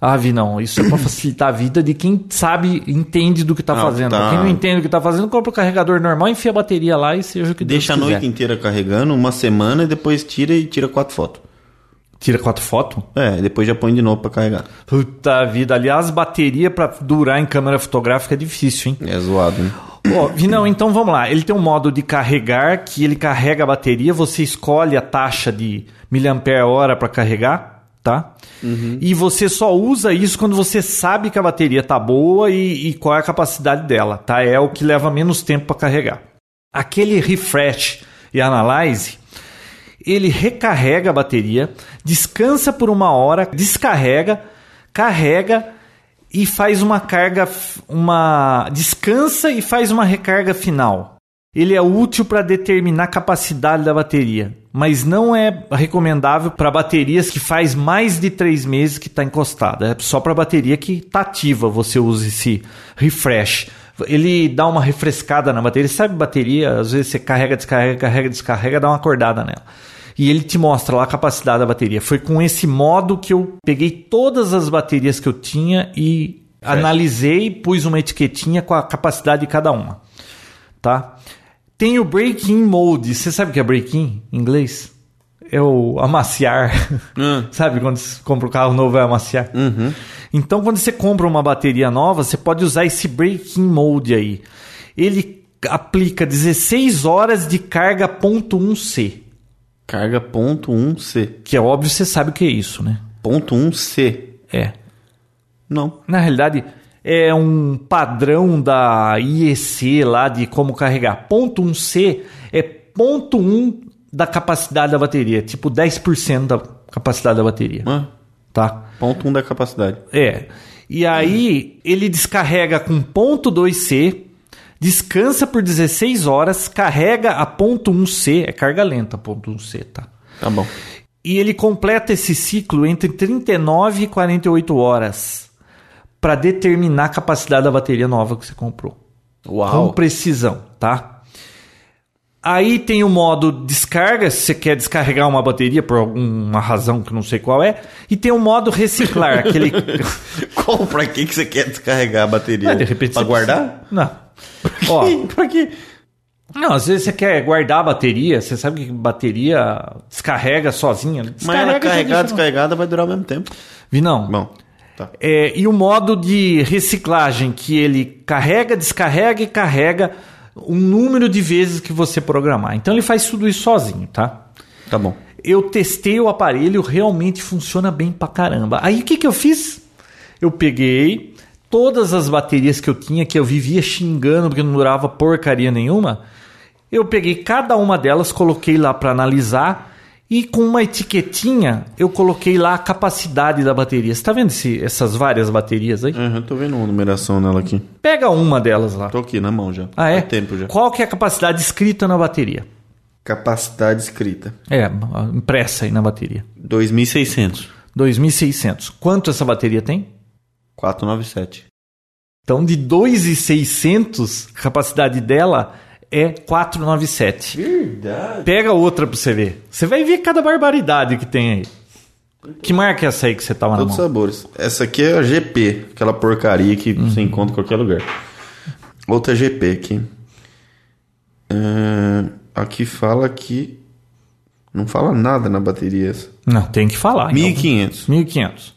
Speaker 2: Ah, vi não. Isso é pra facilitar a vida de quem sabe, entende do que tá
Speaker 4: Ah,
Speaker 2: fazendo.
Speaker 4: tá.
Speaker 2: Quem não entende o que tá fazendo, compra o carregador normal, enfia a bateria lá e seja o que
Speaker 4: Deixa a
Speaker 2: Deus quiser.
Speaker 4: noite inteira carregando, uma semana e depois tira e tira quatro fotos.
Speaker 2: Tira quatro fotos.
Speaker 4: É, e depois já põe de novo pra carregar.
Speaker 2: Puta vida. Aliás, bateria pra durar em câmera fotográfica é difícil, hein?
Speaker 4: É zoado, né?
Speaker 2: Ó, Vinão, então vamos lá. Ele tem um modo de carregar que ele carrega a bateria, você escolhe a taxa de miliampere-hora para carregar, tá? E você só usa isso quando você sabe que a bateria tá boa e, e qual é a capacidade dela, tá? É o que leva menos tempo para carregar. Aquele refresh e analyze, ele recarrega a bateria, descansa por uma hora, descarrega, carrega e faz uma carga, f- uma descansa e faz uma recarga final. Ele é útil para determinar a capacidade da bateria, mas não é recomendável para baterias que faz mais de três meses que está encostada. É só para bateria que está ativa você usa esse refresh. Ele dá uma refrescada na bateria. Sabe bateria? Às vezes você carrega, descarrega, carrega, descarrega, dá uma acordada nela. E ele te mostra lá a capacidade da bateria. Foi com esse modo que eu peguei todas as baterias que eu tinha e certo. analisei, pus uma etiquetinha com a capacidade de cada uma. Tá? Tem o Breaking Mode. Você sabe o que é Breaking em inglês? É o amaciar. Uhum. sabe quando você compra um carro novo é amaciar?
Speaker 4: Uhum.
Speaker 2: Então, quando você compra uma bateria nova, você pode usar esse Breaking Mode aí. Ele aplica 16 horas de carga ponto 1C.
Speaker 4: Carga ponto 1C.
Speaker 2: Que é óbvio, você sabe o que é isso, né?
Speaker 4: Ponto 1C.
Speaker 2: É.
Speaker 4: Não.
Speaker 2: Na realidade, é um padrão da IEC lá de como carregar. Ponto 1C é ponto 1 da capacidade da bateria, tipo 10% da capacidade da bateria.
Speaker 4: Ah,
Speaker 2: tá?
Speaker 4: Ponto 1 da capacidade.
Speaker 2: É. E aí ele descarrega com ponto 2C, descansa por 16 horas, carrega a ponto 1C, é carga lenta, ponto 1C, tá?
Speaker 4: Tá bom.
Speaker 2: E ele completa esse ciclo entre 39 e 48 horas para determinar a capacidade da bateria nova que você comprou.
Speaker 4: Uau.
Speaker 2: Com precisão, tá? Aí tem o modo descarga, se você quer descarregar uma bateria por alguma razão que não sei qual é. E tem o modo reciclar, aquele.
Speaker 4: qual pra que, que você quer descarregar a bateria?
Speaker 2: Ah, de repente
Speaker 4: pra guardar?
Speaker 2: Precisa... Não.
Speaker 4: pra Ó, que? pra que?
Speaker 2: Não, às vezes você quer guardar a bateria, você sabe que bateria descarrega sozinha. né? Descarrega,
Speaker 4: Mas ela carregada, descarregada vai durar o mesmo tempo.
Speaker 2: Vi não.
Speaker 4: Bom. tá.
Speaker 2: É, e o modo de reciclagem, que ele carrega, descarrega e carrega o número de vezes que você programar. Então ele faz tudo isso sozinho, tá?
Speaker 4: Tá bom.
Speaker 2: Eu testei o aparelho, realmente funciona bem pra caramba. Aí o que, que eu fiz? Eu peguei todas as baterias que eu tinha, que eu vivia xingando porque não durava porcaria nenhuma. Eu peguei cada uma delas, coloquei lá para analisar. E com uma etiquetinha, eu coloquei lá a capacidade da bateria. Você tá vendo esse, essas várias baterias aí?
Speaker 4: Uhum, tô vendo uma numeração nela aqui.
Speaker 2: Pega uma delas lá.
Speaker 4: Tô aqui na mão já.
Speaker 2: Ah, é?
Speaker 4: Há tempo já.
Speaker 2: Qual que é a capacidade escrita na bateria?
Speaker 4: Capacidade escrita.
Speaker 2: É, impressa aí na bateria.
Speaker 4: 2.600.
Speaker 2: 2.600. Quanto essa bateria tem?
Speaker 4: 497.
Speaker 2: Então, de 2.600, a capacidade dela é 497.
Speaker 4: Verdade.
Speaker 2: Pega outra pra você ver. Você vai ver cada barbaridade que tem aí. Que marca é essa aí que você tava
Speaker 4: Todos
Speaker 2: na
Speaker 4: mão? Todos sabores. Essa aqui é a GP, aquela porcaria que uhum. você encontra em qualquer lugar. Outra GP aqui. Uh, aqui fala que. Não fala nada na bateria essa.
Speaker 2: Não, tem que falar.
Speaker 4: 1500.
Speaker 2: Ah, Então. 1500.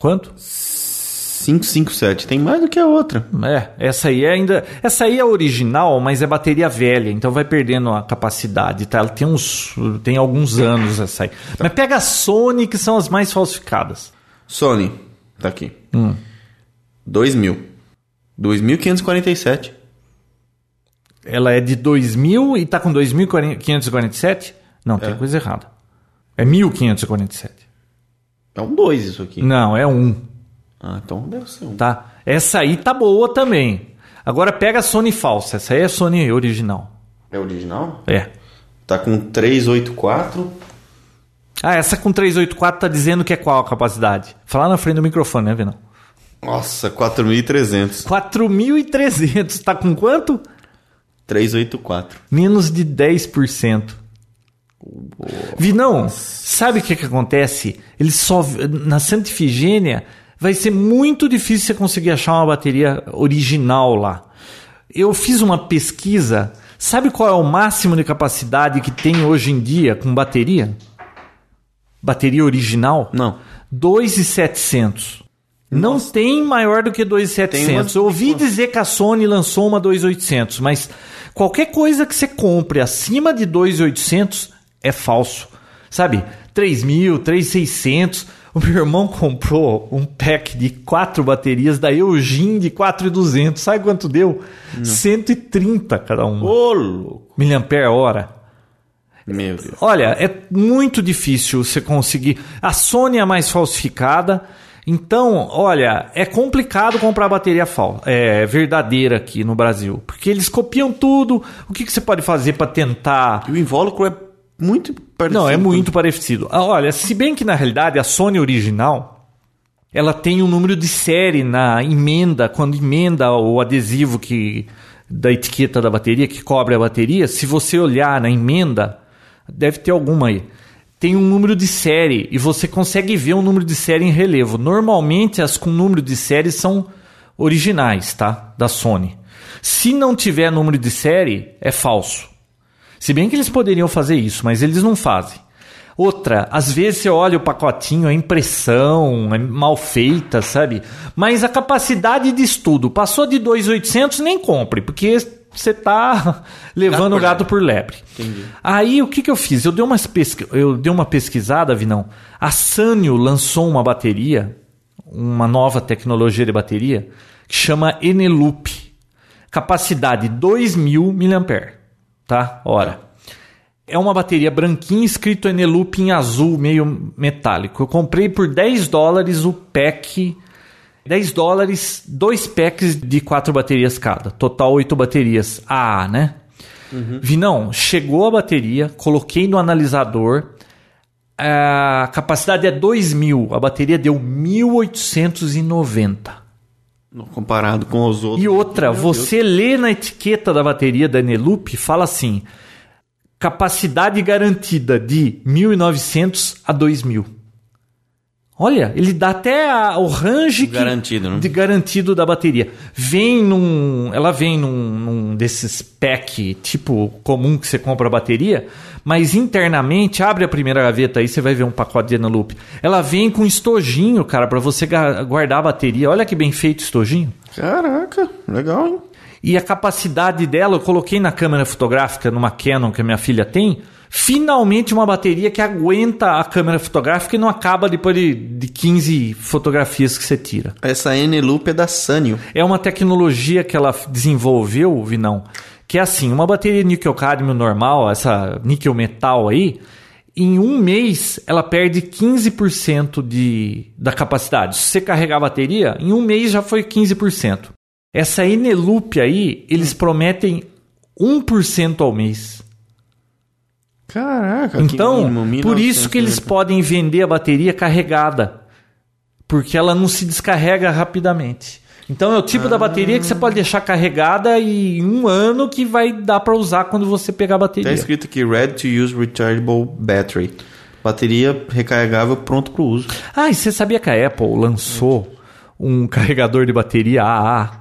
Speaker 2: Quanto?
Speaker 4: 557. Tem mais do que a outra.
Speaker 2: É, essa aí é ainda. Essa aí é original, mas é bateria velha, então vai perdendo a capacidade, tá? Ela tem uns. Tem alguns anos essa aí. Tá. Mas pega a Sony, que são as mais falsificadas.
Speaker 4: Sony, tá aqui.
Speaker 2: Hum.
Speaker 4: 2000. 2547.
Speaker 2: Ela é de 2000 e tá com 2547? Não, é. tem coisa errada. É 1547.
Speaker 4: É um 2 isso aqui.
Speaker 2: Não, é um.
Speaker 4: Ah, então deve ser um.
Speaker 2: Tá. Essa aí tá boa também. Agora pega a Sony falsa. Essa aí é a Sony original.
Speaker 4: É original?
Speaker 2: É.
Speaker 4: Tá com 384.
Speaker 2: Ah, essa com 384 tá dizendo que é qual a capacidade? Falar na frente do microfone, né, Vinão?
Speaker 4: Nossa, 4.300.
Speaker 2: 4.300. Tá com quanto?
Speaker 4: 384.
Speaker 2: Menos de 10%. Boa. Vinão, sabe o que, que acontece? Ele só. Na Santa Ifigênia, vai ser muito difícil você conseguir achar uma bateria original lá. Eu fiz uma pesquisa, sabe qual é o máximo de capacidade que tem hoje em dia com bateria? Bateria original?
Speaker 4: Não.
Speaker 2: 2,700. Não tem maior do que 2,700. Uma... Eu ouvi dizer que a Sony lançou uma 2,800, mas qualquer coisa que você compre acima de 2,800 é falso. Sabe? 3.000, 3,600. O meu irmão comprou um pack de quatro baterias da Eugene de 4,200. Sabe quanto deu? Não. 130 cada uma.
Speaker 4: Ô, louco!
Speaker 2: Miliampere hora.
Speaker 4: Meu Deus.
Speaker 2: Olha, é muito difícil você conseguir. A Sony é a mais falsificada. Então, olha, é complicado comprar bateria fal é, verdadeira aqui no Brasil. Porque eles copiam tudo. O que, que você pode fazer para tentar.
Speaker 4: E o invólucro é muito parecido.
Speaker 2: Não, é muito parecido. Ah, Olha, se bem que na realidade a Sony original. Ela tem um número de série na emenda, quando emenda o adesivo que da etiqueta da bateria, que cobre a bateria. Se você olhar na emenda, deve ter alguma aí tem um número de série e você consegue ver o um número de série em relevo. Normalmente as com número de série são originais, tá? Da Sony. Se não tiver número de série, é falso. Se bem que eles poderiam fazer isso, mas eles não fazem. Outra, às vezes você olha o pacotinho, a impressão é mal feita, sabe? Mas a capacidade de estudo passou de 2.800, nem compre, porque você tá levando o gato por lebre.
Speaker 4: Entendi.
Speaker 2: Aí o que, que eu fiz? Eu dei, umas pesqui... eu dei uma pesquisada, Vinão. A Sanyo lançou uma bateria, uma nova tecnologia de bateria, que chama Eneloop. Capacidade 2.000 mAh, tá? Hora. É uma bateria branquinha, escrito Eneloop em azul, meio metálico. Eu comprei por 10 dólares o pack 10 dólares, dois packs de quatro baterias cada. Total oito baterias AA, ah, né? Uhum. Vinão, chegou a bateria, coloquei no analisador. A capacidade é 2.000, a bateria deu 1.890.
Speaker 4: Comparado com os outros.
Speaker 2: E outra, Meu você Deus. lê na etiqueta da bateria da Eneloop, fala assim: capacidade garantida de 1.900 a 2.000. Olha, ele dá até a, o range
Speaker 4: garantido,
Speaker 2: que,
Speaker 4: né?
Speaker 2: de garantido da bateria. Vem num, ela vem num, num, desses pack tipo comum que você compra a bateria, mas internamente abre a primeira gaveta aí você vai ver um pacote de Eneloop. Ela vem com estojinho, cara, para você guardar a bateria. Olha que bem feito o estojinho.
Speaker 4: Caraca, legal, hein?
Speaker 2: E a capacidade dela, eu coloquei na câmera fotográfica numa Canon que a minha filha tem finalmente uma bateria que aguenta a câmera fotográfica e não acaba depois de, de 15 fotografias que você tira.
Speaker 4: Essa N-Loop é da Sanyo.
Speaker 2: É uma tecnologia que ela desenvolveu, Vinão, que é assim, uma bateria níquel-cadmio normal, essa níquel-metal aí, em um mês ela perde 15% de, da capacidade. Se você carregar a bateria, em um mês já foi 15%. Essa Eneloop aí, eles prometem 1% ao mês.
Speaker 4: Caraca,
Speaker 2: então, mínimo, por isso que eles podem vender a bateria carregada, porque ela não se descarrega rapidamente. Então é o tipo ah. da bateria que você pode deixar carregada e em um ano que vai dar para usar quando você pegar a bateria.
Speaker 4: Está Tá escrito aqui ready to use rechargeable battery. Bateria recarregável pronto para uso.
Speaker 2: Ah, e você sabia que a Apple lançou um carregador de bateria AA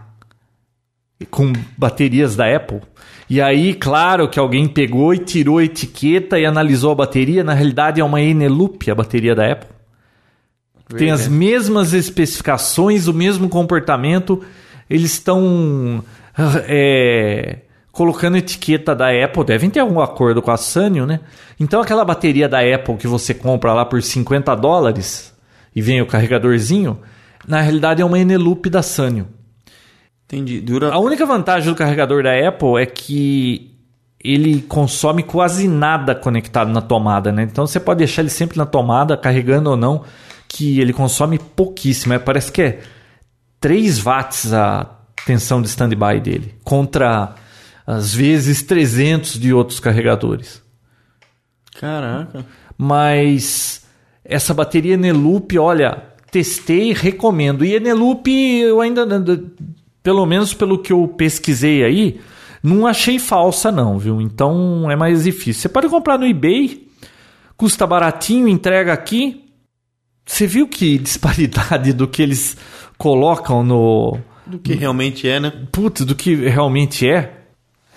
Speaker 2: com baterias da Apple? E aí, claro que alguém pegou e tirou a etiqueta e analisou a bateria. Na realidade, é uma Eneloop, a bateria da Apple. Really? Tem as mesmas especificações, o mesmo comportamento. Eles estão é, colocando etiqueta da Apple. Devem ter algum acordo com a Sanyo, né? Então, aquela bateria da Apple que você compra lá por 50 dólares e vem o carregadorzinho, na realidade é uma Eneloop da Sanyo.
Speaker 4: Entendi. Dura...
Speaker 2: A única vantagem do carregador da Apple é que ele consome quase nada conectado na tomada, né? Então você pode deixar ele sempre na tomada, carregando ou não, que ele consome pouquíssimo. É, parece que é 3 watts a tensão de standby dele, contra às vezes 300 de outros carregadores.
Speaker 4: Caraca.
Speaker 2: Mas essa bateria Eneloop, olha, testei, recomendo. E Eneloop eu ainda pelo menos pelo que eu pesquisei aí, não achei falsa não, viu? Então é mais difícil. Você pode comprar no eBay, custa baratinho, entrega aqui. Você viu que disparidade do que eles colocam no
Speaker 4: do que realmente é, né?
Speaker 2: Putz, do que realmente é?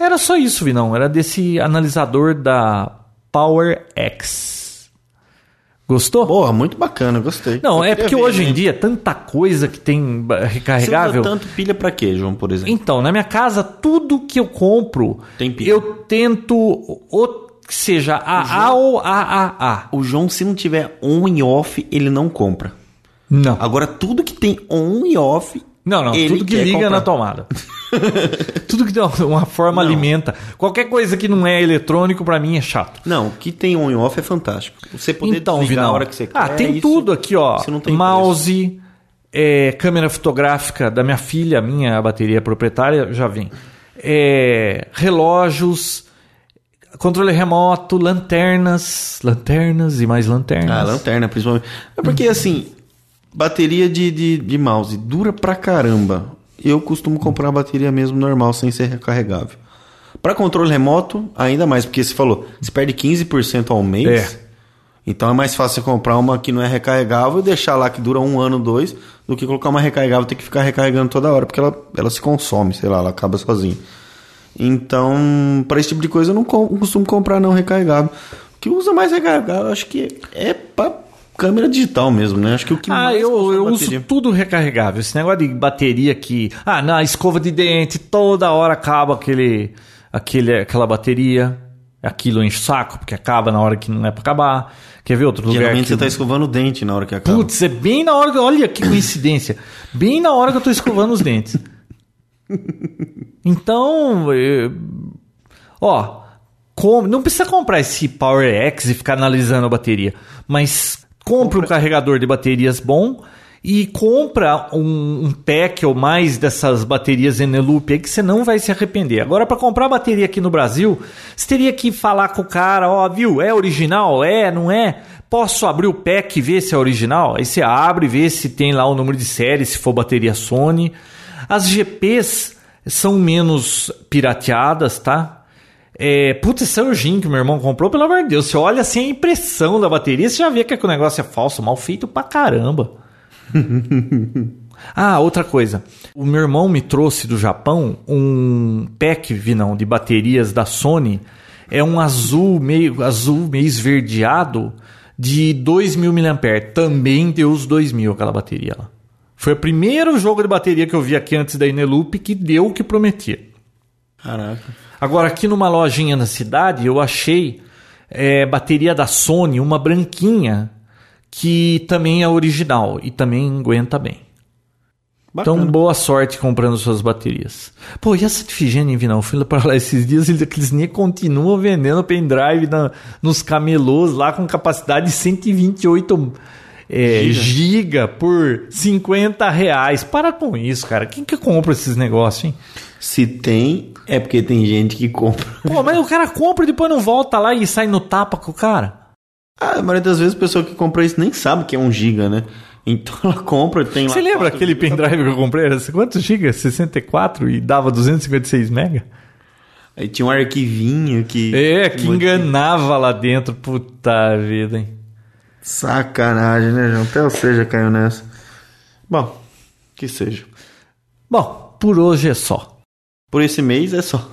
Speaker 2: Era só isso, Vinão. Era desse analisador da Power X. Gostou?
Speaker 4: Boa, muito bacana, gostei.
Speaker 2: Não, é porque ver, hoje né? em dia tanta coisa que tem recarregável.
Speaker 4: Você usa tanto pilha para quê, João, por exemplo?
Speaker 2: Então, na minha casa, tudo que eu compro,
Speaker 4: tem pilha.
Speaker 2: eu tento ou que seja AA ou AAA.
Speaker 4: O João, se não tiver on e off, ele não compra.
Speaker 2: Não.
Speaker 4: Agora, tudo que tem on e off.
Speaker 2: Não, não, tudo que liga comprar. na tomada. tudo que tem uma forma não. alimenta. Qualquer coisa que não é eletrônico, para mim, é chato.
Speaker 4: Não, o que tem on e off é fantástico. Você poder
Speaker 2: então,
Speaker 4: desligar
Speaker 2: Vinal,
Speaker 4: a hora que você
Speaker 2: Ah,
Speaker 4: quer, é
Speaker 2: tem
Speaker 4: isso,
Speaker 2: tudo aqui, ó.
Speaker 4: você não tem
Speaker 2: Mouse, É, câmera fotográfica da minha filha, minha a bateria proprietária, já vem. É, relógios, controle remoto, lanternas, lanternas e mais lanternas. Uhum.
Speaker 4: Ah, lanterna principalmente. É porque assim, bateria de, de, de mouse dura pra caramba. Eu costumo comprar a bateria mesmo normal, sem ser recarregável. Para controle remoto, ainda mais, porque você falou, você perde 15% ao mês.
Speaker 2: É.
Speaker 4: Então é mais fácil você comprar uma que não é recarregável e deixar lá que dura um ano, dois, do que colocar uma recarregável e ter que ficar recarregando toda hora, porque ela, ela se consome, sei lá, ela acaba sozinha. Então, para esse tipo de coisa, eu não com- costumo comprar não recarregável. O que usa mais recarregável, acho que é pra câmera digital mesmo, né? Acho que o que
Speaker 2: Ah,
Speaker 4: mais
Speaker 2: eu,
Speaker 4: consome
Speaker 2: eu
Speaker 4: bateria.
Speaker 2: uso tudo recarregável. Esse negócio de bateria que. Ah, na escova de dente, toda hora acaba aquele, aquele, aquela bateria. Aquilo enche o saco, porque acaba na hora que não é pra acabar. Quer ver outro lugar?
Speaker 4: Geralmente
Speaker 2: que-
Speaker 4: você tá escovando o dente na hora que acaba.
Speaker 2: Putz, é bem na hora. que- Olha que coincidência. Bem na hora que eu tô escovando os dentes. Então, eh, ó, com- não precisa comprar esse Power X e ficar analisando a bateria, mas compra um carregador de baterias bom e compra um, um pack ou mais dessas baterias Eneloop aí que você não vai se arrepender. Agora, para comprar bateria aqui no Brasil, você teria que falar com o cara, ó, viu, é original? É, não é? Posso abrir o pack e ver se é original? Aí você abre e vê se tem lá o número de série, se for bateria Sony. As GPs são menos pirateadas, tá? É, putz, esse é o Jim que meu irmão comprou, pelo amor de Deus. Você olha assim a impressão da bateria, você já vê que o negócio é falso, mal feito pra caramba. ah, outra coisa. O meu irmão me trouxe do Japão um pack, Vinão, de baterias da Sony. É um azul meio, azul meio esverdeado de 2.000 mAh. Também deu os 2.000 aquela bateria lá. Foi o primeiro jogo de bateria que eu vi aqui antes da Ineloop que deu o que prometia.
Speaker 4: Caraca.
Speaker 2: Agora, aqui numa lojinha na cidade, eu achei é, bateria da Sony, uma branquinha, que também é original e também aguenta bem.
Speaker 4: Bacana.
Speaker 2: Então, boa sorte comprando suas baterias. Pô, e essa Tifigênia, Vinão? Eu Fui lá pra lá esses dias e eles nem continuam vendendo pendrive na, nos camelôs lá com capacidade de 128 é, giga. por 50 reais. Para com isso, cara. Quem que compra esses negócios, hein?
Speaker 4: Se tem, é porque tem gente que compra.
Speaker 2: Pô, mas o cara compra e depois não volta lá e sai no tapa com o cara.
Speaker 4: Ah, a maioria das vezes a pessoa que compra isso nem sabe que é um giga, né? Então ela compra, tem lá.
Speaker 2: Você lembra
Speaker 4: quatro
Speaker 2: aquele
Speaker 4: gigas,
Speaker 2: pendrive que eu comprei? Era quantos gigas? 64 e dava 256 mega?
Speaker 4: Aí tinha um arquivinho que.
Speaker 2: É, que
Speaker 4: modifica.
Speaker 2: enganava lá dentro. Puta vida, hein?
Speaker 4: Sacanagem, né, João? Até você já caiu nessa. Bom, que seja.
Speaker 2: Bom, por hoje é só.
Speaker 4: Por esse mês é só.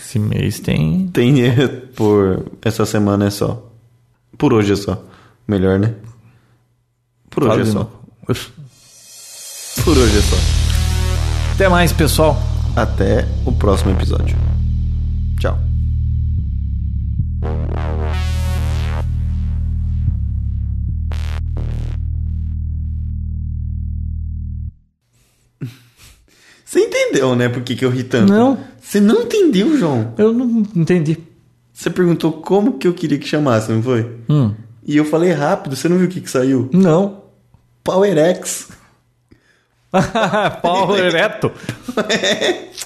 Speaker 2: Esse mês tem.
Speaker 4: tem é, por essa semana é só. Por hoje é só. Melhor, né? Por hoje
Speaker 2: Fala
Speaker 4: é
Speaker 2: de
Speaker 4: só.
Speaker 2: novo. Uf.
Speaker 4: Por hoje é só.
Speaker 2: Até mais, pessoal.
Speaker 4: Até o próximo episódio. Tchau. Você entendeu, né? Por que, que eu ri tanto?
Speaker 2: Não.
Speaker 4: Você não entendeu, João?
Speaker 2: Eu não entendi.
Speaker 4: Você perguntou como que eu queria que chamasse, não foi?
Speaker 2: Hum.
Speaker 4: E eu falei rápido, você não viu o que, que saiu?
Speaker 2: Não.
Speaker 4: Power X.
Speaker 2: Paulo Ereto.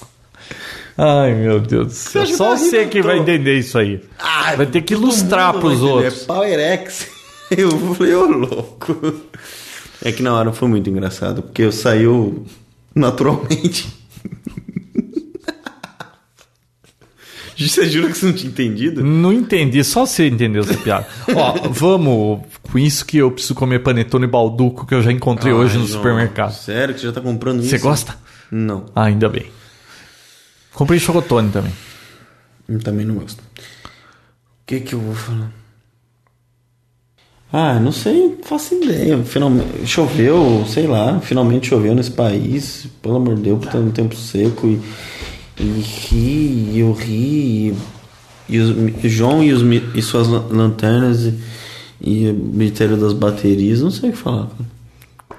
Speaker 2: Ai, meu Deus do céu.
Speaker 4: acha que
Speaker 2: Só
Speaker 4: eu
Speaker 2: você que vai
Speaker 4: arrebentou?
Speaker 2: entender isso aí.
Speaker 4: Ah,
Speaker 2: Vai ter que
Speaker 4: todo
Speaker 2: ilustrar
Speaker 4: mundo
Speaker 2: pros
Speaker 4: vai entender,
Speaker 2: outros.
Speaker 4: É Power X. Eu falei, ô louco. É que na hora foi muito engraçado, porque eu saiu naturalmente. Você jura que você não tinha entendido?
Speaker 2: Não entendi, só você entendeu essa piada. Ó, vamos com isso que eu preciso comer panetone balduco que eu já encontrei hoje
Speaker 4: Ai,
Speaker 2: no
Speaker 4: João,
Speaker 2: supermercado.
Speaker 4: Sério que você já tá comprando isso?
Speaker 2: Você gosta?
Speaker 4: Não,
Speaker 2: Ah, ainda bem. Comprei chocotone também.
Speaker 4: eu também não gosto. O que que eu vou falar? Ah, não sei, não faço ideia. Finalmente, choveu, sei lá, finalmente choveu nesse país. Pelo amor de Deus, tá um tempo seco e, e ri, e eu ri, e, e os, e João e, os, mi- e suas lan- lanternas e, e o mistério das baterias, não sei o que falar. cara. Não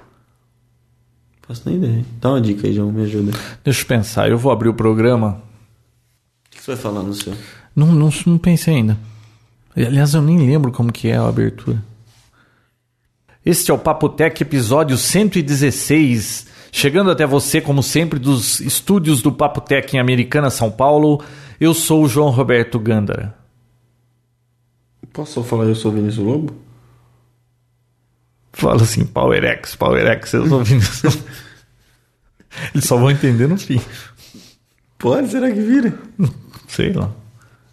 Speaker 4: faço nem ideia. Dá uma dica aí, João, me ajuda. O
Speaker 2: Deixa eu pensar, eu vou abrir o programa.
Speaker 4: que você vai falar no seu?
Speaker 2: Não, não, não pensei ainda. Aliás, eu nem lembro como que é a abertura. Este é o Papotec episódio 116, chegando até você, como sempre, dos estúdios do Papotec em Americana, São Paulo. Eu sou o João Roberto Gandara.
Speaker 4: Posso só falar eu sou o Vinícius Lobo?
Speaker 2: Fala assim, Power X, Power X, eu sou o Vinícius Lobo. Eles só vão entender no fim.
Speaker 4: Pode? Será que vira?
Speaker 2: Sei lá.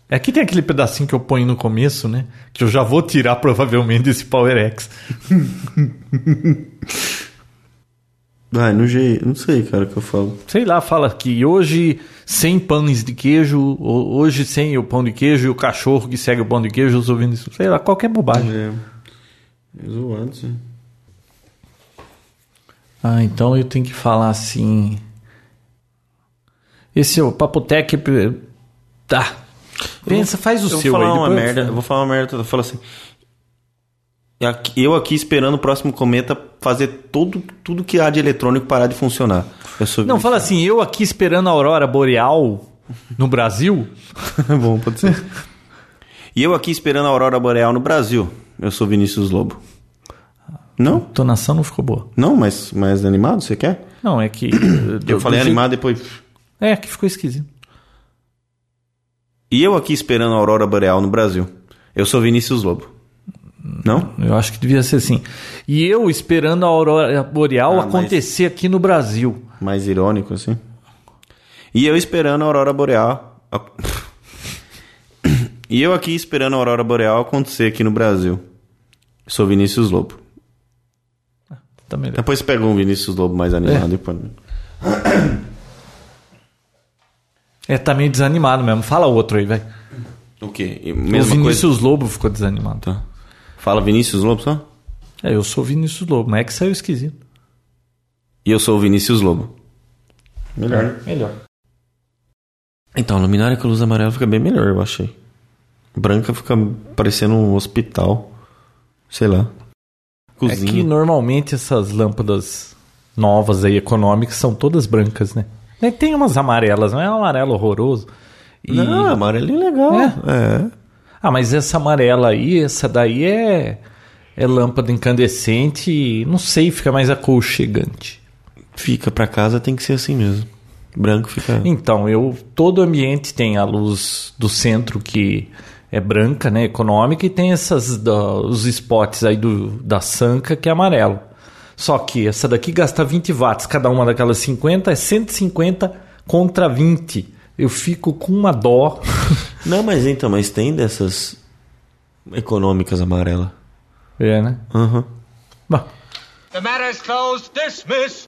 Speaker 2: É que tem aquele pedacinho que eu ponho no começo, né? Que eu já vou tirar provavelmente desse Power X.
Speaker 4: Vai, no jeito. Não sei, cara, o que eu falo.
Speaker 2: Sei lá, fala que hoje sem pães de queijo, hoje sem o pão de queijo e o cachorro que segue o pão de queijo, os ouvindo isso. Sei lá, qualquer bobagem.
Speaker 4: É. é zoado, sim.
Speaker 2: Ah, então eu tenho que falar assim. Esse é o Papotec. Tá, Pensa, faz o
Speaker 4: eu
Speaker 2: seu
Speaker 4: vou falar
Speaker 2: aí,
Speaker 4: uma
Speaker 2: depois eu
Speaker 4: merda, eu
Speaker 2: falo.
Speaker 4: vou falar uma merda, eu falo assim. Eu aqui- Eu aqui esperando o próximo cometa fazer todo, tudo que há de eletrônico parar de funcionar. Eu sou
Speaker 2: Não, fala assim, eu aqui esperando a aurora boreal no Brasil.
Speaker 4: Bom, pode ser. E eu aqui esperando a Aurora Boreal no Brasil. Eu sou Vinícius Lobo. Não?
Speaker 2: Tonação não ficou boa.
Speaker 4: Não, mas mais animado, você quer?
Speaker 2: Não, é que...
Speaker 4: Eu falei animado depois.
Speaker 2: É, que ficou esquisito.
Speaker 4: E eu aqui esperando a Aurora Boreal no Brasil. Eu sou Vinícius Lobo. Não?
Speaker 2: Eu acho que devia ser assim. E eu esperando a aurora boreal
Speaker 4: Ah, mas-
Speaker 2: acontecer aqui no Brasil.
Speaker 4: Mais irônico assim. E eu esperando a Aurora Boreal. a- E eu aqui esperando a Aurora Boreal acontecer aqui no Brasil. Sou Vinícius Lobo.
Speaker 2: Tá melhor.
Speaker 4: Depois pega um Vinícius Lobo mais animado e põe.
Speaker 2: É, tá meio desanimado mesmo. Fala outro aí, velho.
Speaker 4: O quê? E
Speaker 2: O
Speaker 4: Mesma coisa?
Speaker 2: Vinícius Lobo ficou desanimado.
Speaker 4: Tá. Fala Vinícius Lobo só?
Speaker 2: É, eu sou o Vinícius Lobo, mas é que saiu esquisito.
Speaker 4: E eu sou o Vinícius Lobo. Melhor. né?
Speaker 2: Melhor.
Speaker 4: Então, luminária com luz amarela fica bem melhor, eu achei. Branca fica parecendo um hospital. Sei lá.
Speaker 2: É que
Speaker 4: Cozinha.
Speaker 2: normalmente essas lâmpadas novas aí, econômicas, são todas brancas, né? Aí Tem umas amarelas, não é um amarelo horroroso. E-
Speaker 4: Não, amarelo é legal. É.
Speaker 2: Ah, mas essa amarela aí, essa daí é, é lâmpada incandescente e não sei, fica mais aconchegante.
Speaker 4: Fica pra casa, tem que ser assim mesmo. Branco fica.
Speaker 2: Então, eu todo ambiente tem a luz do centro que é branca, né, econômica, e tem essas da- os spots aí do, da Sanca que é amarelo. Só que essa daqui gasta 20 watts, cada uma daquelas 50 é 150 contra 20. Eu fico com uma dó.
Speaker 4: Não, mas então, mas tem dessas econômicas amarela.
Speaker 2: é, né?
Speaker 4: Aham.
Speaker 2: Bom,
Speaker 5: The matter is closed. Dismiss.